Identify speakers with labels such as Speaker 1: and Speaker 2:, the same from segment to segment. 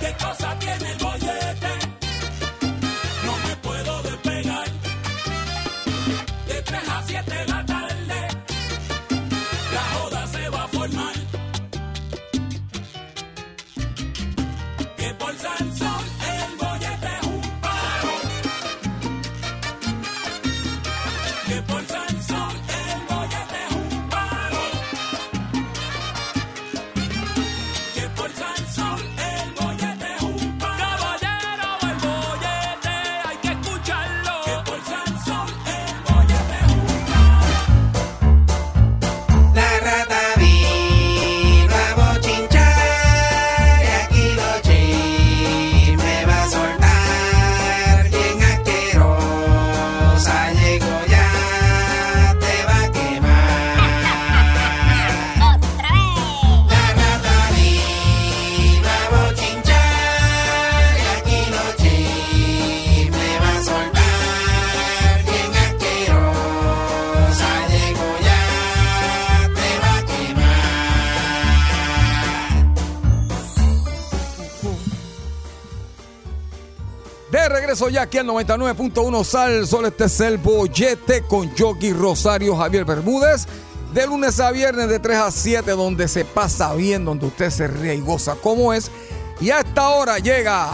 Speaker 1: ¿Qué cosa tiene el bollete? No me puedo despegar. De 3 a 7 de la tarde, la joda se va a formar. Que por San Sol el bollete es un paro. Que por San Sol el bollete es un paro. Que por San Sol el bollete es un pan. Caballero, el bollete hay que escucharlo. Que por San Sol el bollete es un
Speaker 2: La rata vino a bochinchar y aquí los chismes va a soltar. Bien asquerosa llegó ya, te va a quemar. La rata vino a bochinchar y aquí los chismes va a soltar. Bien asquerosa llegó ya, te va a quemar.
Speaker 3: De regreso ya aquí al 99.1 Sal Sol, este es el bollete con Jockey Rosario Javier Bermúdez. De lunes a viernes de 3 a 7, donde se pasa bien, donde usted se ríe y goza como es. Y a esta hora llega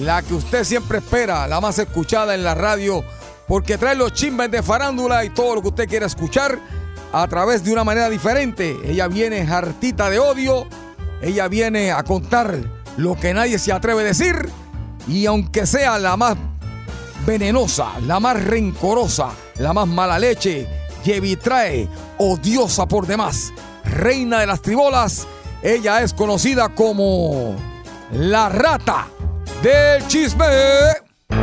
Speaker 3: la que usted siempre espera, la más escuchada en la radio, porque trae los chimbes de farándula y todo lo que usted quiera escuchar a través de una manera diferente. Ella viene hartita de odio, ella viene a contar lo que nadie se atreve a decir. Y aunque sea la más venenosa, la más rencorosa, la más mala leche, llevitrae, odiosa oh por demás, reina de las tribolas, ella es conocida como la rata del chisme.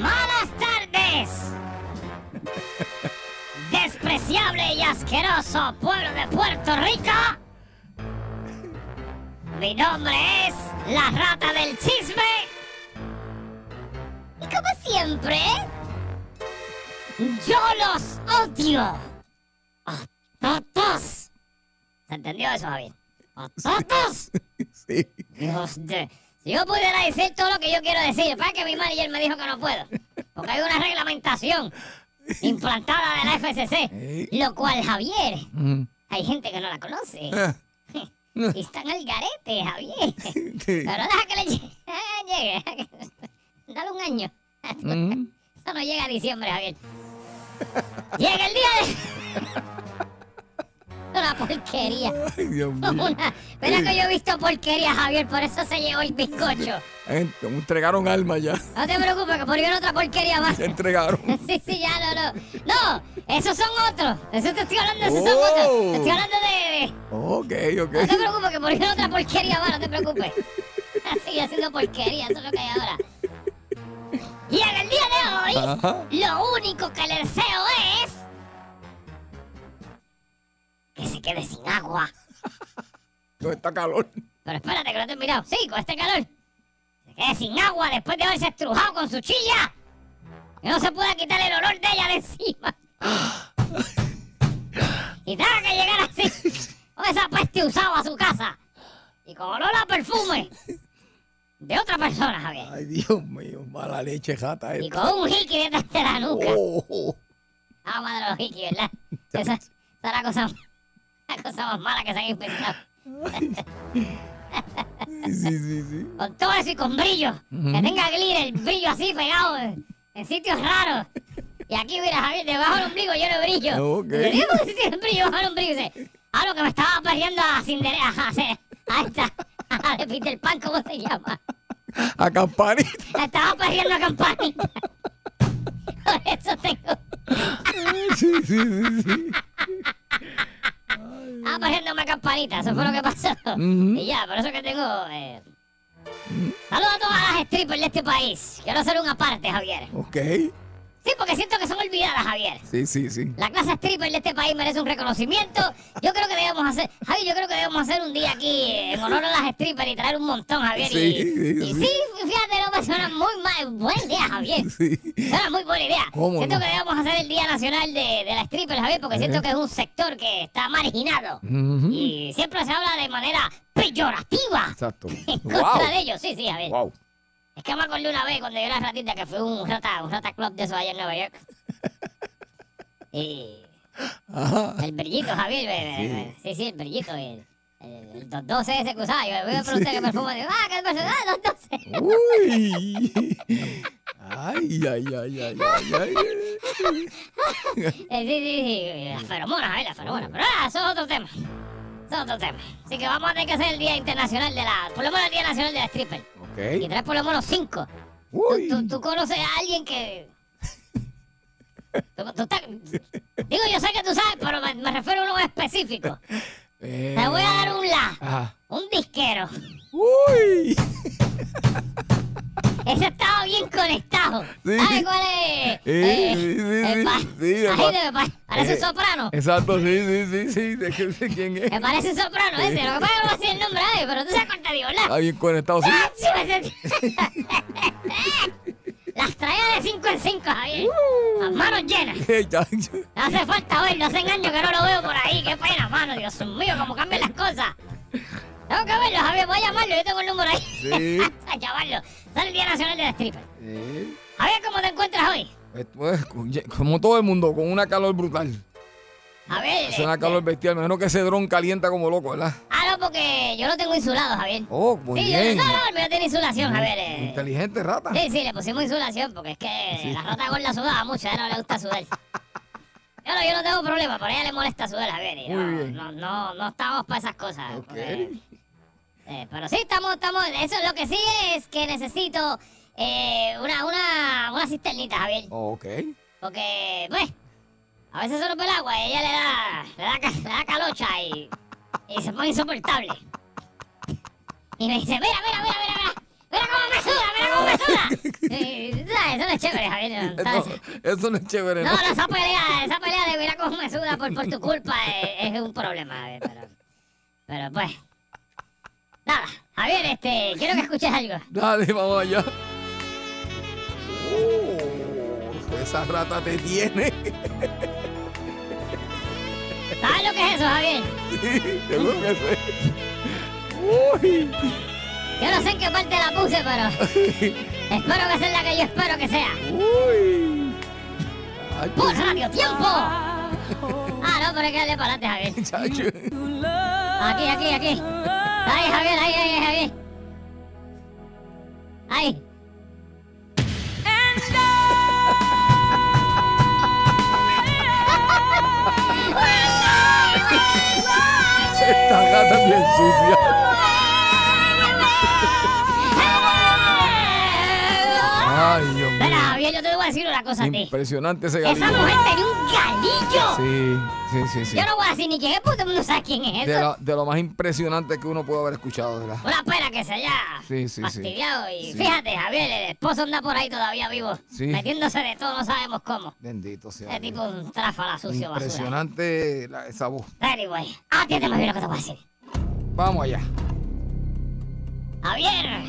Speaker 4: Malas tardes. Despreciable y asqueroso pueblo de Puerto Rico. Mi nombre es la rata del chisme. Y como siempre, yo los odio. A todos. ¿Se entendió eso, Javier? A todos.
Speaker 3: Sí.
Speaker 4: Dios de- Si yo pudiera decir todo lo que yo quiero decir, para que mi manager me dijo que no puedo. Porque hay una reglamentación implantada de la FCC, lo cual, Javier, hay gente que no la conoce. Y están al garete, Javier. Pero deja que le llegue. deja que llegue. Dale un año.
Speaker 3: Mm.
Speaker 4: Eso no llega a diciembre, Javier. Llega el día de... Una porquería.
Speaker 3: Ay, Dios mío.
Speaker 4: Una, mira que yo he visto porquería, Javier, por eso se llevó el bizcocho.
Speaker 3: Gente, me entregaron alma ya.
Speaker 4: No te preocupes, que por ir otra porquería más.
Speaker 3: Se entregaron.
Speaker 4: Sí, sí, ya, no, no. No, esos son otros. Eso te estoy hablando, esos son
Speaker 3: Oh.
Speaker 4: otros. Te estoy hablando de, de-
Speaker 3: Ok, ok.
Speaker 4: No te preocupes, que por ir otra porquería más, no te preocupes. Ah, Sigue haciendo porquería, eso es lo que hay ahora. Y en el día de hoy,
Speaker 3: Ajá.
Speaker 4: lo único que le deseo es... Que se quede sin agua.
Speaker 3: No está calor.
Speaker 4: Pero espérate que no te he mirado. Sí, con este calor. Se quede sin agua después de haberse estrujado con su chilla. Que no se pueda quitar el olor de ella de encima. Y tenga que llegar así. Con esa peste usada a su casa. Y con olor a perfume. De otra persona, Javier.
Speaker 3: Ay, Dios mío, mala leche jata
Speaker 4: Y
Speaker 3: esta.
Speaker 4: con un hiki detrás de la nuca.
Speaker 3: Oh, oh.
Speaker 4: Ah, madre de los hiki, ¿verdad? Esa, esa es la cosa, la cosa más mala que se han inventado.
Speaker 3: Sí, sí, sí.
Speaker 4: con todo eso y con brillo. Que tenga glitter, el brillo así pegado en, en sitios raros. Y aquí, mira, Javier, debajo del ombligo lleno de brillo.
Speaker 3: Ok.
Speaker 4: Y yo, "Dios, ¿por qué tiene brillo bajo el ombligo? Y dice, ah, lo que me estaba perdiendo a Cinderella, a, ce- a esta, a de Peter Pan, ¿cómo se llama?
Speaker 3: A campanita.
Speaker 4: La estaba perdiendo a Campanita. Por eso tengo,
Speaker 3: Sí, sí, sí, sí.
Speaker 4: estaba perdiéndome a Campanita, eso fue lo que pasó. Y ya, por eso que tengo eh, Saludos a todas las strippers de este país. Quiero hacer una parte, Javier.
Speaker 3: Ok.
Speaker 4: Sí, porque siento que son olvidadas, Javier.
Speaker 3: Sí, sí, sí.
Speaker 4: La clase stripper de este país merece un reconocimiento. Yo creo que debemos hacer, Javier, yo creo que debemos hacer un día aquí eh, en honor a las strippers y traer un montón, Javier.
Speaker 3: Sí,
Speaker 4: y,
Speaker 3: sí,
Speaker 4: y
Speaker 3: sí.
Speaker 4: sí, fíjate, no me suena muy mal, buen día, Javier.
Speaker 3: Sí.
Speaker 4: Suena muy buena idea.
Speaker 3: ¿Cómo
Speaker 4: siento
Speaker 3: no?
Speaker 4: que debemos hacer el Día Nacional de, de la Stripper, Javier, porque siento que es un sector que está marginado.
Speaker 3: Ujú.
Speaker 4: Y siempre se habla de manera peyorativa
Speaker 3: Exacto.
Speaker 4: en
Speaker 3: wow.
Speaker 4: contra de ellos. Sí, sí, Javier.
Speaker 3: Wow.
Speaker 4: Es que me acordé una vez cuando yo era ratita que fue un rata, un rata club de eso allá en Nueva York. Y
Speaker 3: Ajá.
Speaker 4: el brillito, Javier, me- me- sí, sí, el brillito, el, el, el 212 ese que usaba, yo me pregunté qué perfume, digo, ah, qué perfume, ah, 212.
Speaker 3: Uy. Ay, ay, ay, ay, ay, ay.
Speaker 4: Eh, Sí, sí, sí, las feromonas, Javier, las feromonas, pero ah, eso es otro tema, eso es otro tema. Así que vamos a tener que hacer el Día Internacional de la, por lo menos el Día Nacional de la Stripper, y
Speaker 3: Ok.
Speaker 4: traer por lo menos cinco.
Speaker 3: Uy.
Speaker 4: ¿Tú, tú conoces a alguien que. Tú- tú estás- Digo, yo sé que tú sabes, pero me, me refiero a uno específico.
Speaker 3: Eh,
Speaker 4: Te voy a dar un la,
Speaker 3: Ajá.
Speaker 4: un disquero.
Speaker 3: Uy.
Speaker 4: Ese estaba bien conectado.
Speaker 3: Sí.
Speaker 4: ¿Sabes cuál es?
Speaker 3: Sí, sí, sí,
Speaker 4: eh,
Speaker 3: sí,
Speaker 4: pa-
Speaker 3: sí, de
Speaker 4: ay,
Speaker 3: pa-
Speaker 4: de- pa- parece un
Speaker 3: Eh.
Speaker 4: soprano.
Speaker 3: Exacto, sí, sí, sí, sí. De que sé quién es.
Speaker 4: Me parece un soprano ese. Lo que pasa es que no sé el nombre de él, pero tú sabes cuál te digo, ¿verdad?
Speaker 3: Está bien conectado, sí.
Speaker 4: Ah, sí, ese- Las traía de 5 en 5, Javier.
Speaker 3: Uh.
Speaker 4: Las manos llenas.
Speaker 3: Eh, chacho.
Speaker 4: No hace falta verlo, hace años que no lo veo por ahí. Qué pena, mano, Dios mío, cómo cambian las cosas. Tengo que verlo, Javier, voy a llamarlo, yo tengo el número ahí.
Speaker 3: Sí.
Speaker 4: a llamarlo. Sale el Día Nacional de la Stripper.
Speaker 3: Eh,
Speaker 4: Javier, ¿cómo te encuentras hoy?
Speaker 3: esto es con- como todo el mundo, con una calor brutal.
Speaker 4: Javier.
Speaker 3: Es una
Speaker 4: este,
Speaker 3: calor bestial. Me imagino que ese dron calienta como loco, ¿verdad?
Speaker 4: Ah, no, porque yo lo tengo insulado, Javier.
Speaker 3: Oh, muy
Speaker 4: sí,
Speaker 3: bien.
Speaker 4: yo no, no, el mío tiene insulación, Javier. eh.
Speaker 3: Inteligente rata.
Speaker 4: Sí, sí, le pusimos insulación porque es que la rata gorda sudaba mucho, a ella no le gusta sudar. Yo no, yo no tengo problema, pero a ella le molesta sudar, Javier. y
Speaker 3: Muy
Speaker 4: No,
Speaker 3: bien.
Speaker 4: no, no, no estamos para esas cosas.
Speaker 3: Ok.
Speaker 4: porque- eh, pero sí, estamos, estamos. Eso lo que sí es que necesito eh, una, una, una cisternita, Javier.
Speaker 3: Oh, Ok.
Speaker 4: Porque, pues, a veces se rompe el agua y ella le da, le da, ca- le da calocha y, y se pone insoportable. Y me dice, mira, mira, mira, mira, mira, mira cómo me suda, mira cómo me suda. Y, tú sabes, eso no es chévere, Javier. no,
Speaker 3: Eso,
Speaker 4: ¿sabes?
Speaker 3: eso Eh, no es chévere,
Speaker 4: Ah, No,
Speaker 3: ¿no?
Speaker 4: no, esa pelea, esa pelea de mira cómo me suda por, por tu culpa es, es un problema, Javier, pero, pero pues, nada. Javier, este, quiero que escuches algo.
Speaker 3: Dale, vamos allá. Oh, esa rata te tiene.
Speaker 4: ¿Sabes lo que es eso, Javier?
Speaker 3: Sí, seguro que sí. Uy.
Speaker 4: Yo no sé en qué parte la puse, pero espero que sea la que yo espero que sea.
Speaker 3: Uy.
Speaker 4: ¡Por
Speaker 3: Chacho,
Speaker 4: Radio Tiempo! Ah, no, pero hay que darle para adelante, Javier.
Speaker 3: chacho.
Speaker 4: Aquí, aquí, aquí. Ahí, Javier, ahí, ahí, ahí, Javier. Ahí.
Speaker 3: Esta rata es bien sucia. Ay, Dios
Speaker 4: Mira,
Speaker 3: mío.
Speaker 4: Javier, yo te voy a decir una cosa a ti.
Speaker 3: Impresionante ese
Speaker 4: Esa
Speaker 3: galillo.
Speaker 4: mujer tenía un galillo.
Speaker 3: Sí, sí, sí, sí.
Speaker 4: Yo no voy a decir ni quién es, porque todo el mundo sabe quién es
Speaker 3: De
Speaker 4: eso.
Speaker 3: lo, de lo más impresionante que uno puede haber escuchado, ¿verdad?
Speaker 4: Una pena que se haya
Speaker 3: Sí, sí, sí.
Speaker 4: fastidiado. Y
Speaker 3: Sí.
Speaker 4: fíjate, Javier, el esposo anda por ahí todavía vivo,
Speaker 3: Sí.
Speaker 4: metiéndose de todo, no sabemos cómo.
Speaker 3: Bendito sea.
Speaker 4: Ese
Speaker 3: Dios.
Speaker 4: tipo es un tráfala sucio basura.
Speaker 3: Impresionante la- esa voz.
Speaker 4: Anyway, atiéndeme bien lo que te voy a decir.
Speaker 3: Vamos allá.
Speaker 4: Javier,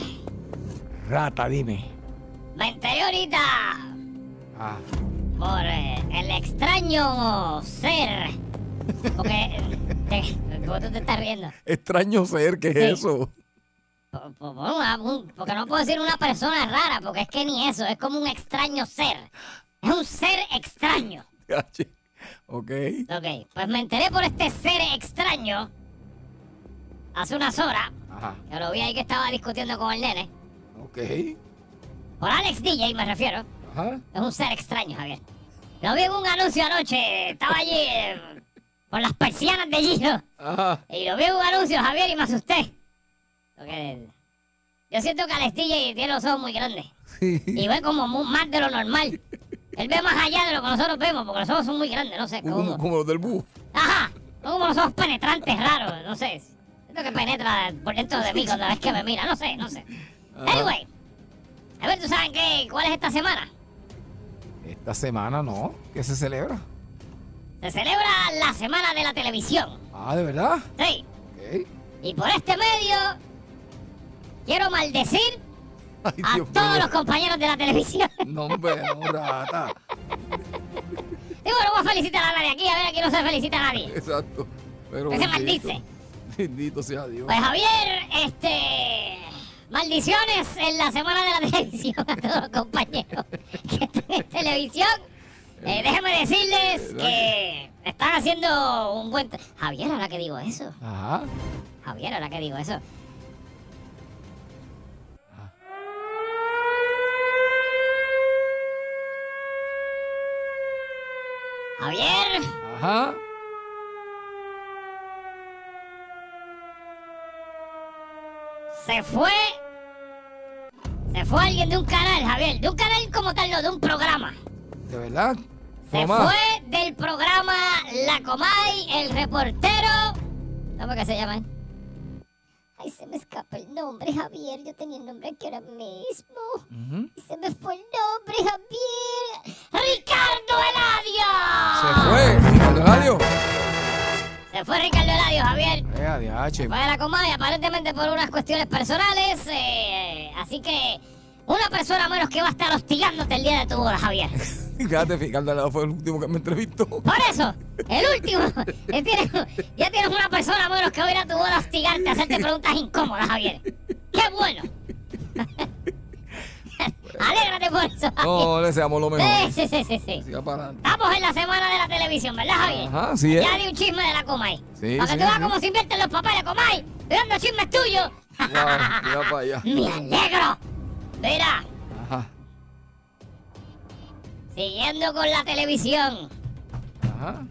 Speaker 3: Rata, dime.
Speaker 4: me enteré ahorita
Speaker 3: Ah,
Speaker 4: por eh, el extraño ser. Porque. ¿Cómo tú te estás riendo?
Speaker 3: extraño ser, ¿qué es
Speaker 4: Sí.
Speaker 3: eso?
Speaker 4: Por- por- por una- un- porque no puedo decir una persona rara, porque es que ni eso, es como un extraño ser. Es un ser extraño.
Speaker 3: Gachi. ok.
Speaker 4: Ok, pues me enteré por este ser extraño hace unas horas,
Speaker 3: Ajá.
Speaker 4: que lo vi ahí que estaba discutiendo con el nene.
Speaker 3: Ok.
Speaker 4: Por Alex DJ me refiero.
Speaker 3: Ajá.
Speaker 4: Es un ser extraño, Javier. Lo vi en un anuncio anoche, estaba allí eh, por las persianas de Gino.
Speaker 3: Ajá.
Speaker 4: Y lo vi en un anuncio, Javier, y me asusté. Porque yo siento que Alex DJ tiene los ojos muy grandes.
Speaker 3: Sí.
Speaker 4: Y ve como mu- más de lo normal. Él ve más allá de lo que nosotros vemos, porque los ojos son muy grandes, no sé.
Speaker 3: Uh, Como,
Speaker 4: cómo...
Speaker 3: como los del búho.
Speaker 4: Ajá, son como los ojos penetrantes raros, no sé. Siento que penetra por dentro de mí cuando la vez que me mira, no sé, no sé.
Speaker 3: Ajá.
Speaker 4: Anyway, a ver, ¿tú sabes qué, cuál es esta semana?
Speaker 3: Esta semana no, que se celebra.
Speaker 4: Se celebra la Semana de la Televisión.
Speaker 3: Ah, ¿de verdad?
Speaker 4: Sí.
Speaker 3: Ok.
Speaker 4: Y por este medio quiero maldecir
Speaker 3: Ay,
Speaker 4: a
Speaker 3: Dios
Speaker 4: todos
Speaker 3: mío.
Speaker 4: los compañeros de la televisión.
Speaker 3: No, hombre, no, rata.
Speaker 4: Y bueno, voy a felicitar a nadie aquí, a ver, aquí no se felicita a nadie.
Speaker 3: Exacto. Pero
Speaker 4: Que se
Speaker 3: bendito.
Speaker 4: maldice.
Speaker 3: Bendito sea Dios.
Speaker 4: Pues Javier, este... Maldiciones en la Semana de la Televisión a todos los compañeros que están en televisión. Eh, déjame decirles que están haciendo un buen... tra- Javier, ahora que digo eso.
Speaker 3: Ajá.
Speaker 4: Javier, ahora que digo eso.
Speaker 3: Ah.
Speaker 4: Javier,
Speaker 3: Ajá.
Speaker 4: se fue. Se fue alguien de un canal, Javier. De un canal como tal, no, de un programa.
Speaker 3: ¿De verdad?
Speaker 4: Se
Speaker 3: Mamá.
Speaker 4: fue del programa La Comay, el reportero. ¿Cómo que se llama? eh? Ay, se me escapa el nombre, Javier. Yo tenía el nombre aquí ahora mismo.
Speaker 3: Ujú.
Speaker 4: Se me fue el nombre, Javier. ¡Ricardo Eladio!
Speaker 3: Se fue. Ricardo Eladio.
Speaker 4: Se fue Ricardo Eladio, Javier.
Speaker 3: Eh, adiache.
Speaker 4: Fue a la Comay, aparentemente por unas cuestiones personales. eh, así que una persona menos que va a estar hostigándote el día de tu boda, Javier.
Speaker 3: Fíjate, Ricardo Eladio fue el último que me entrevistó.
Speaker 4: Por eso, el último. Ya tienes, ya tienes una persona menos que va a ir a tu boda a hostigarte, a hacerte preguntas incómodas, Javier. ¡Qué bueno! Alégrate por eso, Javier.
Speaker 3: No, le deseamos lo mejor.
Speaker 4: Sí, sí, sí, sí, sí.
Speaker 3: Siga para adelante.
Speaker 4: Estamos en la semana de la televisión, ¿verdad, Javier?
Speaker 3: Ajá, así es.
Speaker 4: Ya di un chisme de la Comay.
Speaker 3: Sí,
Speaker 4: Para que
Speaker 3: sí,
Speaker 4: tú veas
Speaker 3: sí.
Speaker 4: cómo se invierten los papeles, Comay. Estoy dando chismes tuyos.
Speaker 3: Wow, mira para allá.
Speaker 4: ¡Me alegro! Mira,
Speaker 3: Ajá.
Speaker 4: siguiendo con la televisión.
Speaker 3: Ajá.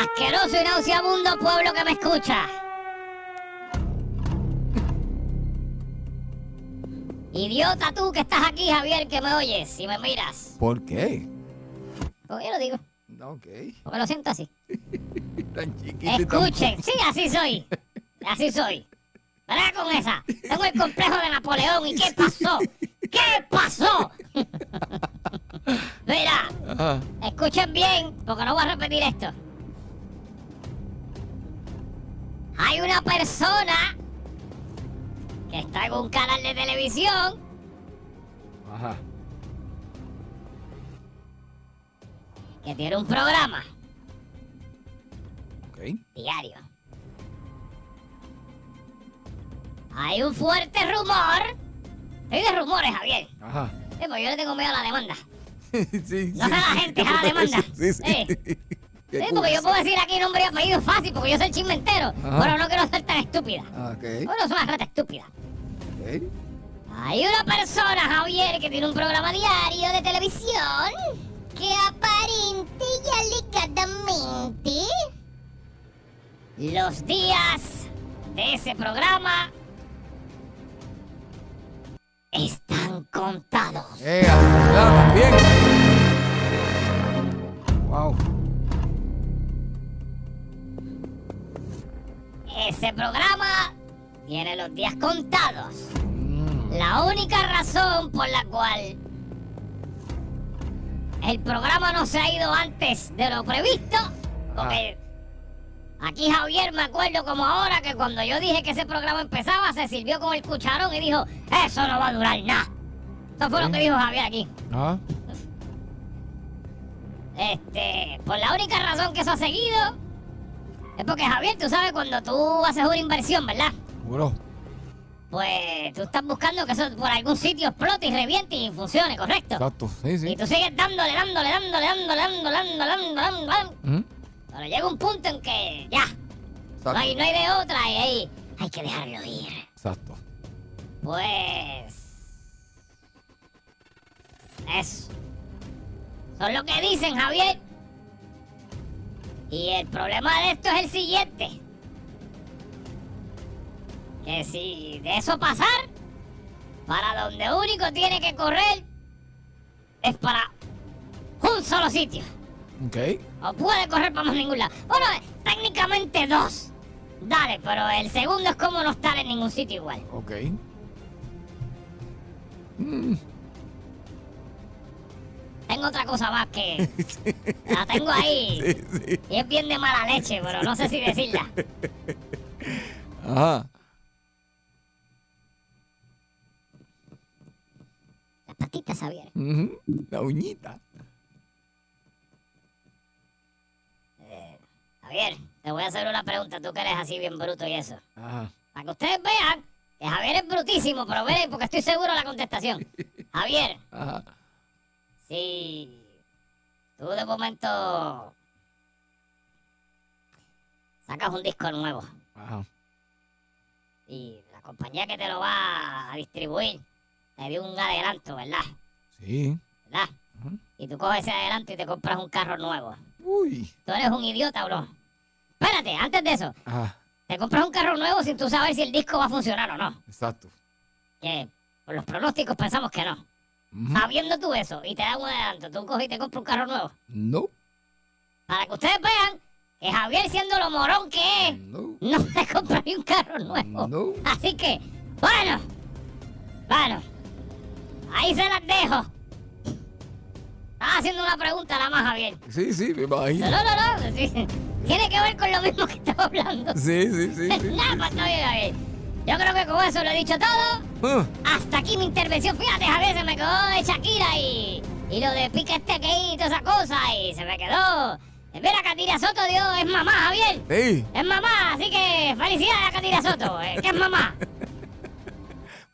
Speaker 4: Asqueroso y nauseabundo pueblo que me escucha. Idiota tú que estás aquí, Javier, que me oyes y me miras.
Speaker 3: ¿Por qué?
Speaker 4: Porque yo lo digo,
Speaker 3: No, Ok.
Speaker 4: porque lo siento así.
Speaker 3: Tan chiquito y tan-
Speaker 4: Escuchen, sí, así soy. Así soy. ¿Verdad con esa? Tengo el complejo de Napoleón. ¿Y qué pasó? ¿Qué pasó? Mira,
Speaker 3: Ajá.
Speaker 4: Escuchen bien, porque no voy a repetir esto. Hay una persona que está en un canal de televisión
Speaker 3: Ajá.
Speaker 4: que tiene un programa
Speaker 3: Ok.
Speaker 4: diario. Hay un fuerte rumor. Hay de rumores, Javier.
Speaker 3: Ajá.
Speaker 4: Sí, pues yo le tengo miedo a la demanda.
Speaker 3: sí, sí.
Speaker 4: No sea la gente, a la demanda.
Speaker 3: Sí, sí.
Speaker 4: Eh.
Speaker 3: Qué
Speaker 4: Sí, porque yo
Speaker 3: cool.
Speaker 4: puedo decir aquí nombre y apellido fácil, porque yo soy el chisme entero.
Speaker 3: Ajá.
Speaker 4: Pero no quiero ser tan estúpida.
Speaker 3: Ah, Ok.
Speaker 4: Bueno, es una rata estúpida.
Speaker 3: Ok.
Speaker 4: Hay una persona, Javier, que tiene un programa diario de televisión que aparente y alegadamente los días de ese programa están contados.
Speaker 3: Eh, ah, bien. Wow.
Speaker 4: Ese programa tiene los días contados.
Speaker 3: Mm,
Speaker 4: La única razón por la cual el programa no se ha ido antes de lo previsto, porque aquí Javier me acuerdo como ahora que cuando yo dije que ese programa empezaba, se sirvió con el cucharón y dijo, eso no va a durar nada. Eso fue lo que dijo Javier aquí.
Speaker 3: Ah,
Speaker 4: Este, por la única razón que eso ha seguido, es porque Javier, tú sabes, cuando tú haces una inversión, ¿verdad?
Speaker 3: bro.
Speaker 4: Pues tú estás buscando que eso por algún sitio explote y reviente y funcione, ¿correcto?
Speaker 3: Exacto. Sí,
Speaker 4: Y
Speaker 3: sí.
Speaker 4: tú sigues dándole, dándole, dándole, dándole, dándole, dándole, dándole, dándole, dándole.
Speaker 3: Mm,
Speaker 4: Pero llega un punto en que ya, no
Speaker 3: Exacto.
Speaker 4: hay, no hay de otra y ahí hay que dejarlo ir.
Speaker 3: Exacto.
Speaker 4: Pues... Eso. Son lo que dicen, Javier. Y el problema de esto es el siguiente. Que si de eso pasar, para donde único tiene que correr es para un solo sitio.
Speaker 3: Ok.
Speaker 4: O puede correr para más ningún lado. Bueno, eh, técnicamente dos. Dale, pero el segundo es como no estar en ningún sitio igual.
Speaker 3: Ok.
Speaker 4: Tengo otra cosa más que la tengo ahí.
Speaker 3: Sí, sí.
Speaker 4: Y es bien de mala leche, pero no sé si decirla.
Speaker 3: Ajá.
Speaker 4: Las patitas, Javier.
Speaker 3: Ujú. La uñita.
Speaker 4: Javier, te voy a hacer una pregunta. Tú que eres así bien bruto y eso.
Speaker 3: Ajá.
Speaker 4: Para que ustedes vean que Javier es brutísimo, pero ven, porque estoy seguro de la contestación. Javier,
Speaker 3: Ajá.
Speaker 4: si tú de momento sacas un disco nuevo
Speaker 3: Ajá.
Speaker 4: y la compañía que te lo va a distribuir te dio un adelanto, ¿verdad?
Speaker 3: Sí.
Speaker 4: ¿Verdad?
Speaker 3: Ujú.
Speaker 4: Y tú coges ese adelanto y te compras un carro nuevo.
Speaker 3: Uy.
Speaker 4: Tú eres un idiota, bro. Espérate, antes de eso,
Speaker 3: Ajá.
Speaker 4: te compras un carro nuevo sin tú saber si el disco va a funcionar o no.
Speaker 3: Exacto.
Speaker 4: Que por los pronósticos pensamos que no.
Speaker 3: Ujú.
Speaker 4: Sabiendo tú eso y te dan un adelanto, tú coges y te compras un carro nuevo.
Speaker 3: No.
Speaker 4: Para que ustedes vean que Javier, siendo lo morón que es,
Speaker 3: No.
Speaker 4: no se compra ni un carro nuevo.
Speaker 3: No.
Speaker 4: Así que, bueno, bueno, ahí se las dejo. Estaba haciendo una pregunta nada más, Javier.
Speaker 3: Sí, sí, me
Speaker 4: No,
Speaker 3: imagino.
Speaker 4: no, no, no, sí, tiene que ver con lo mismo que estaba hablando.
Speaker 3: Sí, sí, sí. sí.
Speaker 4: Nada, pues, está bien, Javier. Yo creo que con eso lo he dicho todo.
Speaker 3: Ah,
Speaker 4: Hasta aquí mi intervención. Fíjate, Javier, se me quedó de Shakira y, y lo de pica este que y toda esa cosa. Y se me quedó. Mira, Katira Soto, Dios, es mamá, Javier.
Speaker 3: Sí,
Speaker 4: Es mamá, así que felicidades a Katira Soto, eh, que es mamá.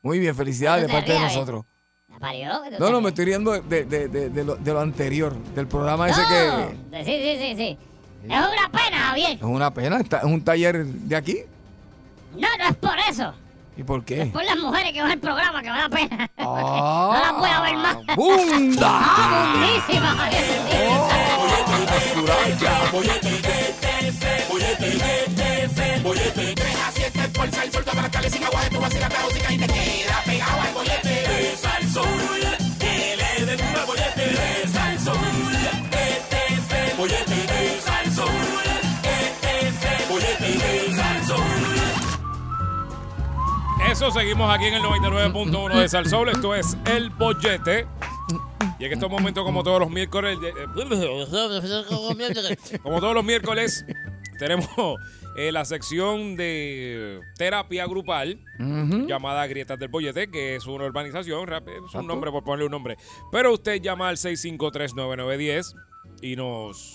Speaker 3: muy bien, felicidades de
Speaker 4: No te
Speaker 3: parte de
Speaker 4: rías, eh.
Speaker 3: nosotros.
Speaker 4: ¿La parió?
Speaker 3: No, no, me estoy riendo de, de- de- de lo, de lo anterior, del programa ese que
Speaker 4: Sí, sí, sí, sí. Es una pena, Javier.
Speaker 3: es una pena, está- es un taller de aquí.
Speaker 4: No, no es por eso.
Speaker 3: ¿Y por qué?
Speaker 4: Es por las mujeres que van al programa que me da pena.
Speaker 3: Ah,
Speaker 4: no las voy a ver más.
Speaker 3: ¡Bunda!
Speaker 4: ¡Ah, bundísima, Javier! bundísima.
Speaker 5: Eso, seguimos aquí en el 99.1 de Salsol. Esto es El Bollete. Y en estos momentos, como todos los miércoles, de- como todos los miércoles, tenemos eh, la sección de terapia grupal
Speaker 3: Ujú.
Speaker 5: llamada Grietas del Bollete, que es una urbanización, rap- es un nombre por ponerle un nombre. Pero usted llama al 6539910 y nos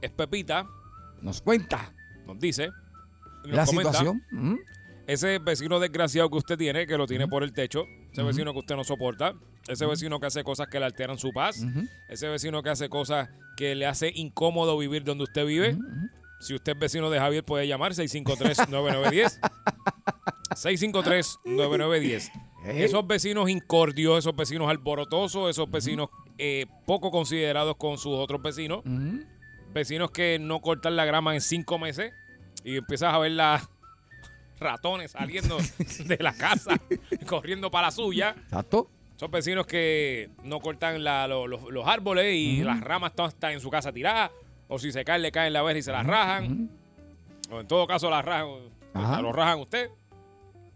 Speaker 5: espepita,
Speaker 3: Nos cuenta
Speaker 5: nos dice, nos
Speaker 3: la
Speaker 5: comenta
Speaker 3: situación. Mm, Ujú.
Speaker 5: ese vecino desgraciado que usted tiene, que lo tiene por el techo, ese vecino que usted no soporta, ese vecino que hace cosas que le alteran su paz, ese vecino que hace cosas que le hace incómodo vivir donde usted vive. Si usted es vecino de Javier, puede llamar 653-9910. 653-9910.
Speaker 3: Ey.
Speaker 5: Esos vecinos incordios, esos vecinos alborotosos, esos vecinos eh, poco considerados con sus otros vecinos,
Speaker 3: Ujú.
Speaker 5: vecinos que no cortan la grama en cinco meses y empiezas a ver las ratones saliendo de la casa, corriendo para la suya.
Speaker 3: Exacto.
Speaker 5: Son vecinos que no cortan la- lo- lo- los árboles y las ramas todas están en su casa tiradas. O si se caen, le caen la vez y se las rajan. O en todo caso, las rajan.
Speaker 3: Ajá.
Speaker 5: Lo rajan usted.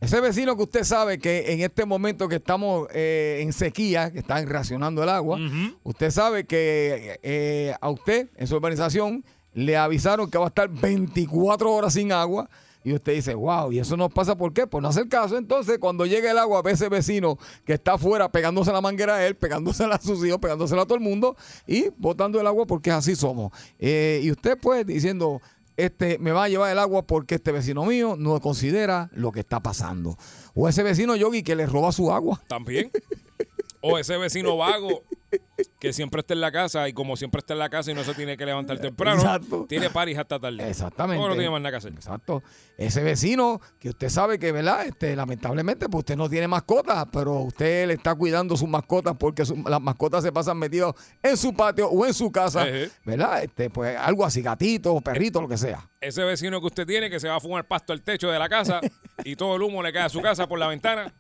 Speaker 3: Ese vecino que usted sabe que en este momento que estamos eh, en sequía, que están racionando el agua, usted sabe que eh, a usted, en su urbanización, le avisaron que va a estar 24 horas sin agua. Y usted dice, wow, ¿y eso nos pasa por qué? Por no hacer caso. Entonces, cuando llega el agua, ve ese vecino que está afuera pegándose la manguera a él, pegándosela a sus hijos, pegándosela a todo el mundo y botando el agua porque así somos. Eh, y usted, pues, diciendo, este, me va a llevar el agua porque este vecino mío no considera lo que está pasando. O ese vecino yogi que le roba su agua.
Speaker 5: También. O ese vecino vago que siempre está en la casa y como siempre está en la casa y no se tiene que levantar temprano,
Speaker 3: Exacto.
Speaker 5: tiene paris hasta tarde.
Speaker 3: Exactamente.
Speaker 5: O no tiene más nada que hacer.
Speaker 3: Exacto. Ese vecino que usted sabe que, ¿verdad? Este, lamentablemente, pues usted no tiene mascotas, pero usted le está cuidando sus mascotas porque su- las mascotas se pasan metidas en su patio o en su casa,
Speaker 5: Ejé.
Speaker 3: ¿verdad? Este, pues algo así, gatitos, perritos, lo que sea.
Speaker 5: Ese vecino que usted tiene que se va a fumar pasto al techo de la casa y todo el humo le cae a su casa por la ventana.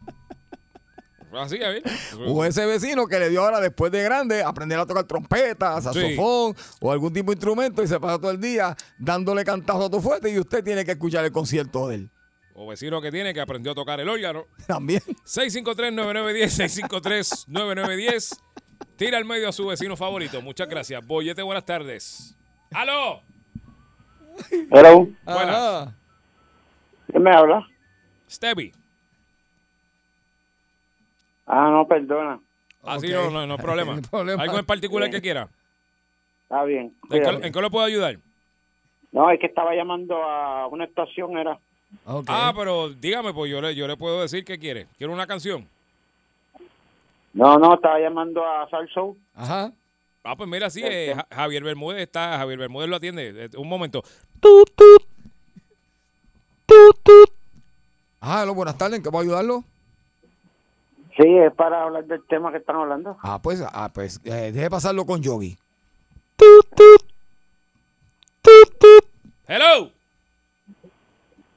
Speaker 5: Así, Javier.
Speaker 3: O ese vecino que le dio ahora después de grande aprender a tocar trompeta, saxofón o algún tipo de instrumento y se pasa todo el día dándole cantazo a tu fuerte y usted tiene que escuchar el concierto de él.
Speaker 5: O vecino que tiene que aprendió a tocar el órgano.
Speaker 3: También.
Speaker 5: 653-9910, 653-9910. Tira al medio a su vecino favorito. Muchas gracias. Boyete, buenas tardes. ¡Aló!
Speaker 6: Hello,
Speaker 5: Buenas.
Speaker 3: Ajá.
Speaker 6: ¿quién me habla?
Speaker 5: Stevie.
Speaker 6: Ah, no, perdona.
Speaker 5: Así
Speaker 3: Ok.
Speaker 5: no, no, no hay problema.
Speaker 3: No hay problema.
Speaker 5: ¿Algo en particular que quiera?
Speaker 6: Está bien.
Speaker 5: ¿En
Speaker 6: cuídate.
Speaker 5: qué, en qué lo puedo ayudar?
Speaker 6: No, es que estaba llamando a una estación, era.
Speaker 3: Ok.
Speaker 5: Ah, pero dígame, pues yo le, yo le puedo decir qué quiere. ¿Quiere una canción?
Speaker 6: No, no, estaba llamando a Salso.
Speaker 3: Ajá.
Speaker 5: Ah, pues mira, sí, eh, Ja- Javier Bermúdez está, Javier Bermúdez lo atiende. Eh, Un momento.
Speaker 3: Ah, hello, buenas tardes, ¿en qué puedo ayudarlo?
Speaker 6: Sí, es para hablar del tema que están hablando.
Speaker 3: Ah, pues, ah, pues, eh, deje pasarlo con Yogi.
Speaker 5: ¡Hello!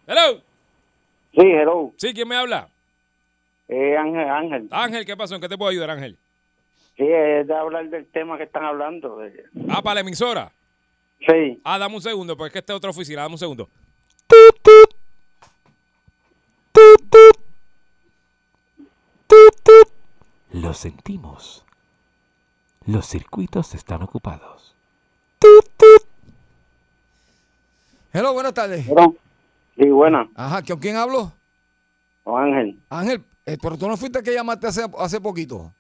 Speaker 5: ¡Hello!
Speaker 6: Sí, hello.
Speaker 5: Sí, ¿quién me habla?
Speaker 6: Eh, Ángel, Ángel.
Speaker 5: Ángel, ¿qué pasó? ¿En qué te puedo ayudar, Ángel?
Speaker 6: Sí, es de hablar del tema que están hablando. de-
Speaker 5: Ah, para la emisora.
Speaker 6: Sí,
Speaker 5: Ah, dame un segundo, porque es que esta es otra oficina. Dame un segundo.
Speaker 7: Lo sentimos. Los circuitos están ocupados.
Speaker 3: Hello, buenas tardes.
Speaker 6: bueno. Sí, buena.
Speaker 3: Ajá, ¿con quién hablo?
Speaker 6: O Ángel.
Speaker 3: Ángel, eh, pero tú no fuiste el que llamaste hace, hace poquito.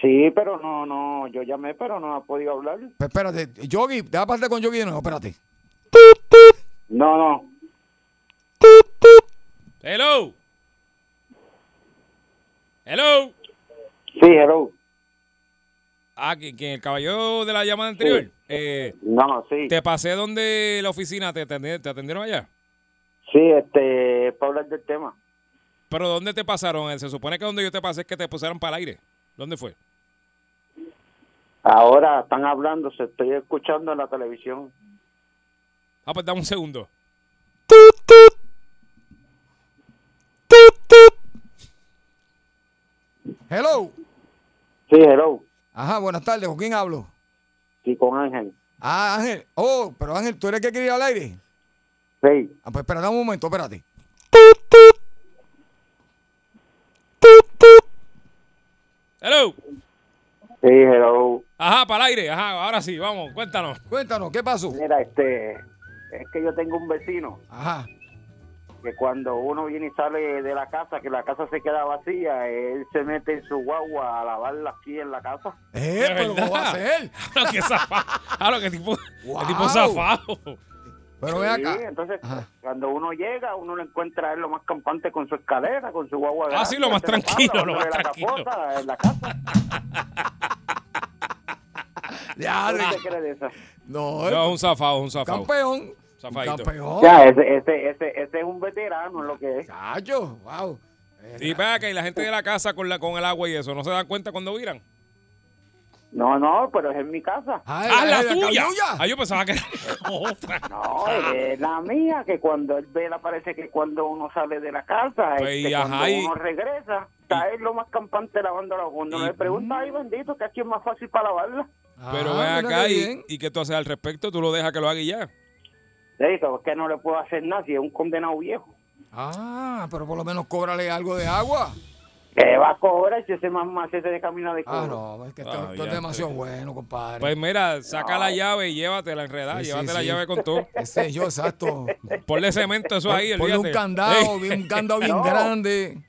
Speaker 6: Sí, pero no, no, yo llamé, pero no ha podido hablar.
Speaker 3: Pues espérate, Yogi, deja pasarte con Yogi de nuevo, espérate.
Speaker 6: No, no.
Speaker 5: ¡Hello! ¡Hello!
Speaker 6: Sí, hello.
Speaker 5: Ah, que, que el caballero de la llamada anterior. Eh,
Speaker 6: No, sí.
Speaker 5: te pasé donde la oficina, te, atendieron- te atendieron allá.
Speaker 6: Sí, este, es para hablar del tema.
Speaker 5: Pero ¿dónde te pasaron? Eh, Se supone que donde yo te pasé es que te pusieron para el aire. ¿Dónde fue?
Speaker 6: Ahora están hablando, se estoy escuchando en la televisión.
Speaker 5: Ah, pues dame un segundo.
Speaker 3: Hello.
Speaker 6: Sí, hello.
Speaker 3: Ajá, buenas tardes, ¿con quién hablo?
Speaker 6: Sí, con Ángel.
Speaker 3: Ah, Ángel. Oh, pero Ángel, ¿tú eres el que quería ir al aire?
Speaker 6: Sí.
Speaker 3: Ah, pues espérate un momento, espérate.
Speaker 5: ¡Hello!
Speaker 6: Sí, hello.
Speaker 5: Ajá, para el aire. Ajá, ahora sí, vamos, cuéntanos.
Speaker 3: Cuéntanos, ¿qué pasó?
Speaker 6: Mira, este, es que yo tengo un vecino
Speaker 3: Ajá.
Speaker 6: que cuando uno viene y sale de la casa, que la casa se queda vacía, él se mete en su guagua a lavarla aquí en la casa.
Speaker 3: Eh,
Speaker 5: ¿De
Speaker 3: pero ¿cómo
Speaker 5: verdad?
Speaker 3: va a ser?
Speaker 5: A lo que zafado. A lo que tipo,
Speaker 3: Wow.
Speaker 5: el tipo zafado.
Speaker 3: Pero ven
Speaker 6: Sí,
Speaker 3: acá.
Speaker 6: entonces
Speaker 3: Ajá.
Speaker 6: cuando uno llega, uno lo encuentra a él lo más campante con su escalera, con su guagua.
Speaker 5: Ah, sí, lo más
Speaker 6: grande,
Speaker 5: tranquilo, lo más
Speaker 6: lavándole la
Speaker 5: tranquilo.
Speaker 6: capota en la casa.
Speaker 5: Ah,
Speaker 3: Ya,
Speaker 6: ¿Qué
Speaker 3: de-
Speaker 6: usted cree de esa?
Speaker 3: no,
Speaker 5: No, un zafado, un zafado.
Speaker 3: campeón.
Speaker 5: Zafadito.
Speaker 3: Campeón.
Speaker 6: Ya, ese, ese, ese, ese es un veterano, es lo que es.
Speaker 3: Chacho, wow. Eh,
Speaker 5: Y vea que la gente de la casa con la con el agua y eso, ¿no se dan cuenta cuando viran?
Speaker 3: Eh,
Speaker 6: No, no, pero es en mi casa.
Speaker 3: ay,
Speaker 5: ¡Ah, la
Speaker 3: ay,
Speaker 5: tuya!
Speaker 3: cabrulla.
Speaker 5: Ah, yo pensaba que era otra.
Speaker 6: No, es la mía, que cuando él vela parece que cuando uno sale de la casa,
Speaker 5: Pues,
Speaker 6: este,
Speaker 5: y
Speaker 6: cuando
Speaker 5: ajá, y-
Speaker 6: uno regresa, está él lo más campante lavando la Cuando
Speaker 5: y- mm.
Speaker 6: uno le pregunta, ay bendito, que aquí es más fácil para lavarla.
Speaker 5: Pero
Speaker 3: Ah,
Speaker 5: ven
Speaker 3: mira
Speaker 5: acá
Speaker 3: qué
Speaker 5: y,
Speaker 3: bien.
Speaker 5: y que tú haces al respecto, tú lo dejas que lo haga y ya.
Speaker 6: Le digo, es que no le puedo hacer nada si es un condenado viejo.
Speaker 3: Ah, pero por lo menos cóbrale algo de agua.
Speaker 6: Que va a cobrar si ese mamacete de camino de culo?
Speaker 3: Ah, no, es que esto,
Speaker 5: Ah,
Speaker 3: esto es
Speaker 5: ya,
Speaker 3: demasiado bueno, compadre.
Speaker 5: Pues mira, saca la llave y llévatela enredada,
Speaker 3: Sí, sí,
Speaker 5: llévate la
Speaker 3: sí.
Speaker 5: llave con todo.
Speaker 3: Ese yo, exacto.
Speaker 5: Ponle cemento eso ahí,
Speaker 3: Ponle un
Speaker 5: olvídate.
Speaker 3: candado,
Speaker 5: Ey,
Speaker 3: bien- un candado bien
Speaker 6: No.
Speaker 3: grande.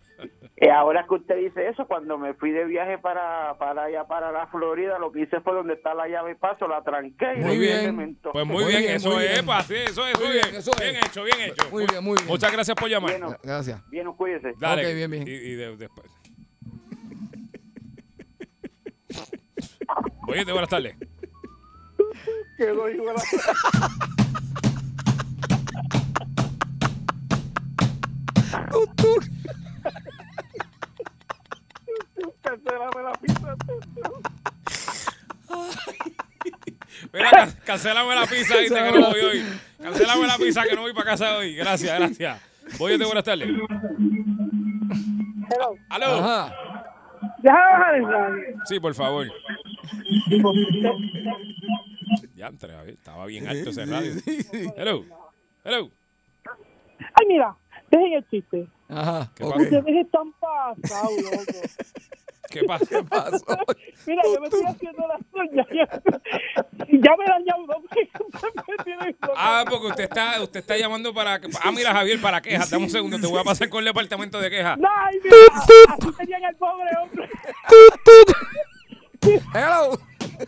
Speaker 6: Eh, ahora que usted dice eso, cuando me fui de viaje para, para allá, para la Florida, lo que hice fue donde está la llave y paso, la tranqué y le di
Speaker 3: Muy
Speaker 6: el
Speaker 3: bien.
Speaker 6: cemento.
Speaker 5: Pues muy,
Speaker 3: Muy
Speaker 5: bien,
Speaker 3: bien,
Speaker 5: eso
Speaker 3: muy
Speaker 5: es,
Speaker 3: bien.
Speaker 5: pa, sí, eso es,
Speaker 3: Muy
Speaker 5: muy
Speaker 3: bien,
Speaker 5: bien.
Speaker 3: eso es.
Speaker 5: Bien hecho, bien hecho.
Speaker 3: Muy bien, muy bien.
Speaker 5: Muchas gracias por llamar.
Speaker 6: Bueno.
Speaker 3: Gracias.
Speaker 6: Bien, cuídese.
Speaker 5: Dale.
Speaker 3: Ok, bien, bien.
Speaker 5: Y, y de- después. Oye, te buenas tardes.
Speaker 6: Quedó igual a- Cancélame la pizza.
Speaker 5: Mira, can- cancelame la pizza, dice que no
Speaker 3: Cancélame
Speaker 5: voy hoy. Cancelame la pizza que no voy para casa hoy. Gracias, gracias. Voy de buenas tardes. Aló.
Speaker 3: Ajá.
Speaker 8: Déjame bajar el radio.
Speaker 5: Sí, por favor. Ya entre, Javier, estaba bien alto ese radio. Hello. Hello.
Speaker 8: Ay, mira, dejen el chiste.
Speaker 3: Ajá.
Speaker 5: ¿Qué
Speaker 3: ok.
Speaker 5: pasó?
Speaker 8: Ustedes están pasados, loco.
Speaker 5: ¿Qué pasa?
Speaker 3: Pasó.
Speaker 8: Mira, yo me estoy haciendo las uñas. y Ya me dañaron dos me tienen loco.
Speaker 5: Ah, porque usted está, usted está llamando para. Ah, mira, Javier, para quejas. Dame un segundo, te voy a pasar con el departamento de quejas.
Speaker 8: Ay, mira, así tenían al pobre hombre.
Speaker 3: Hello.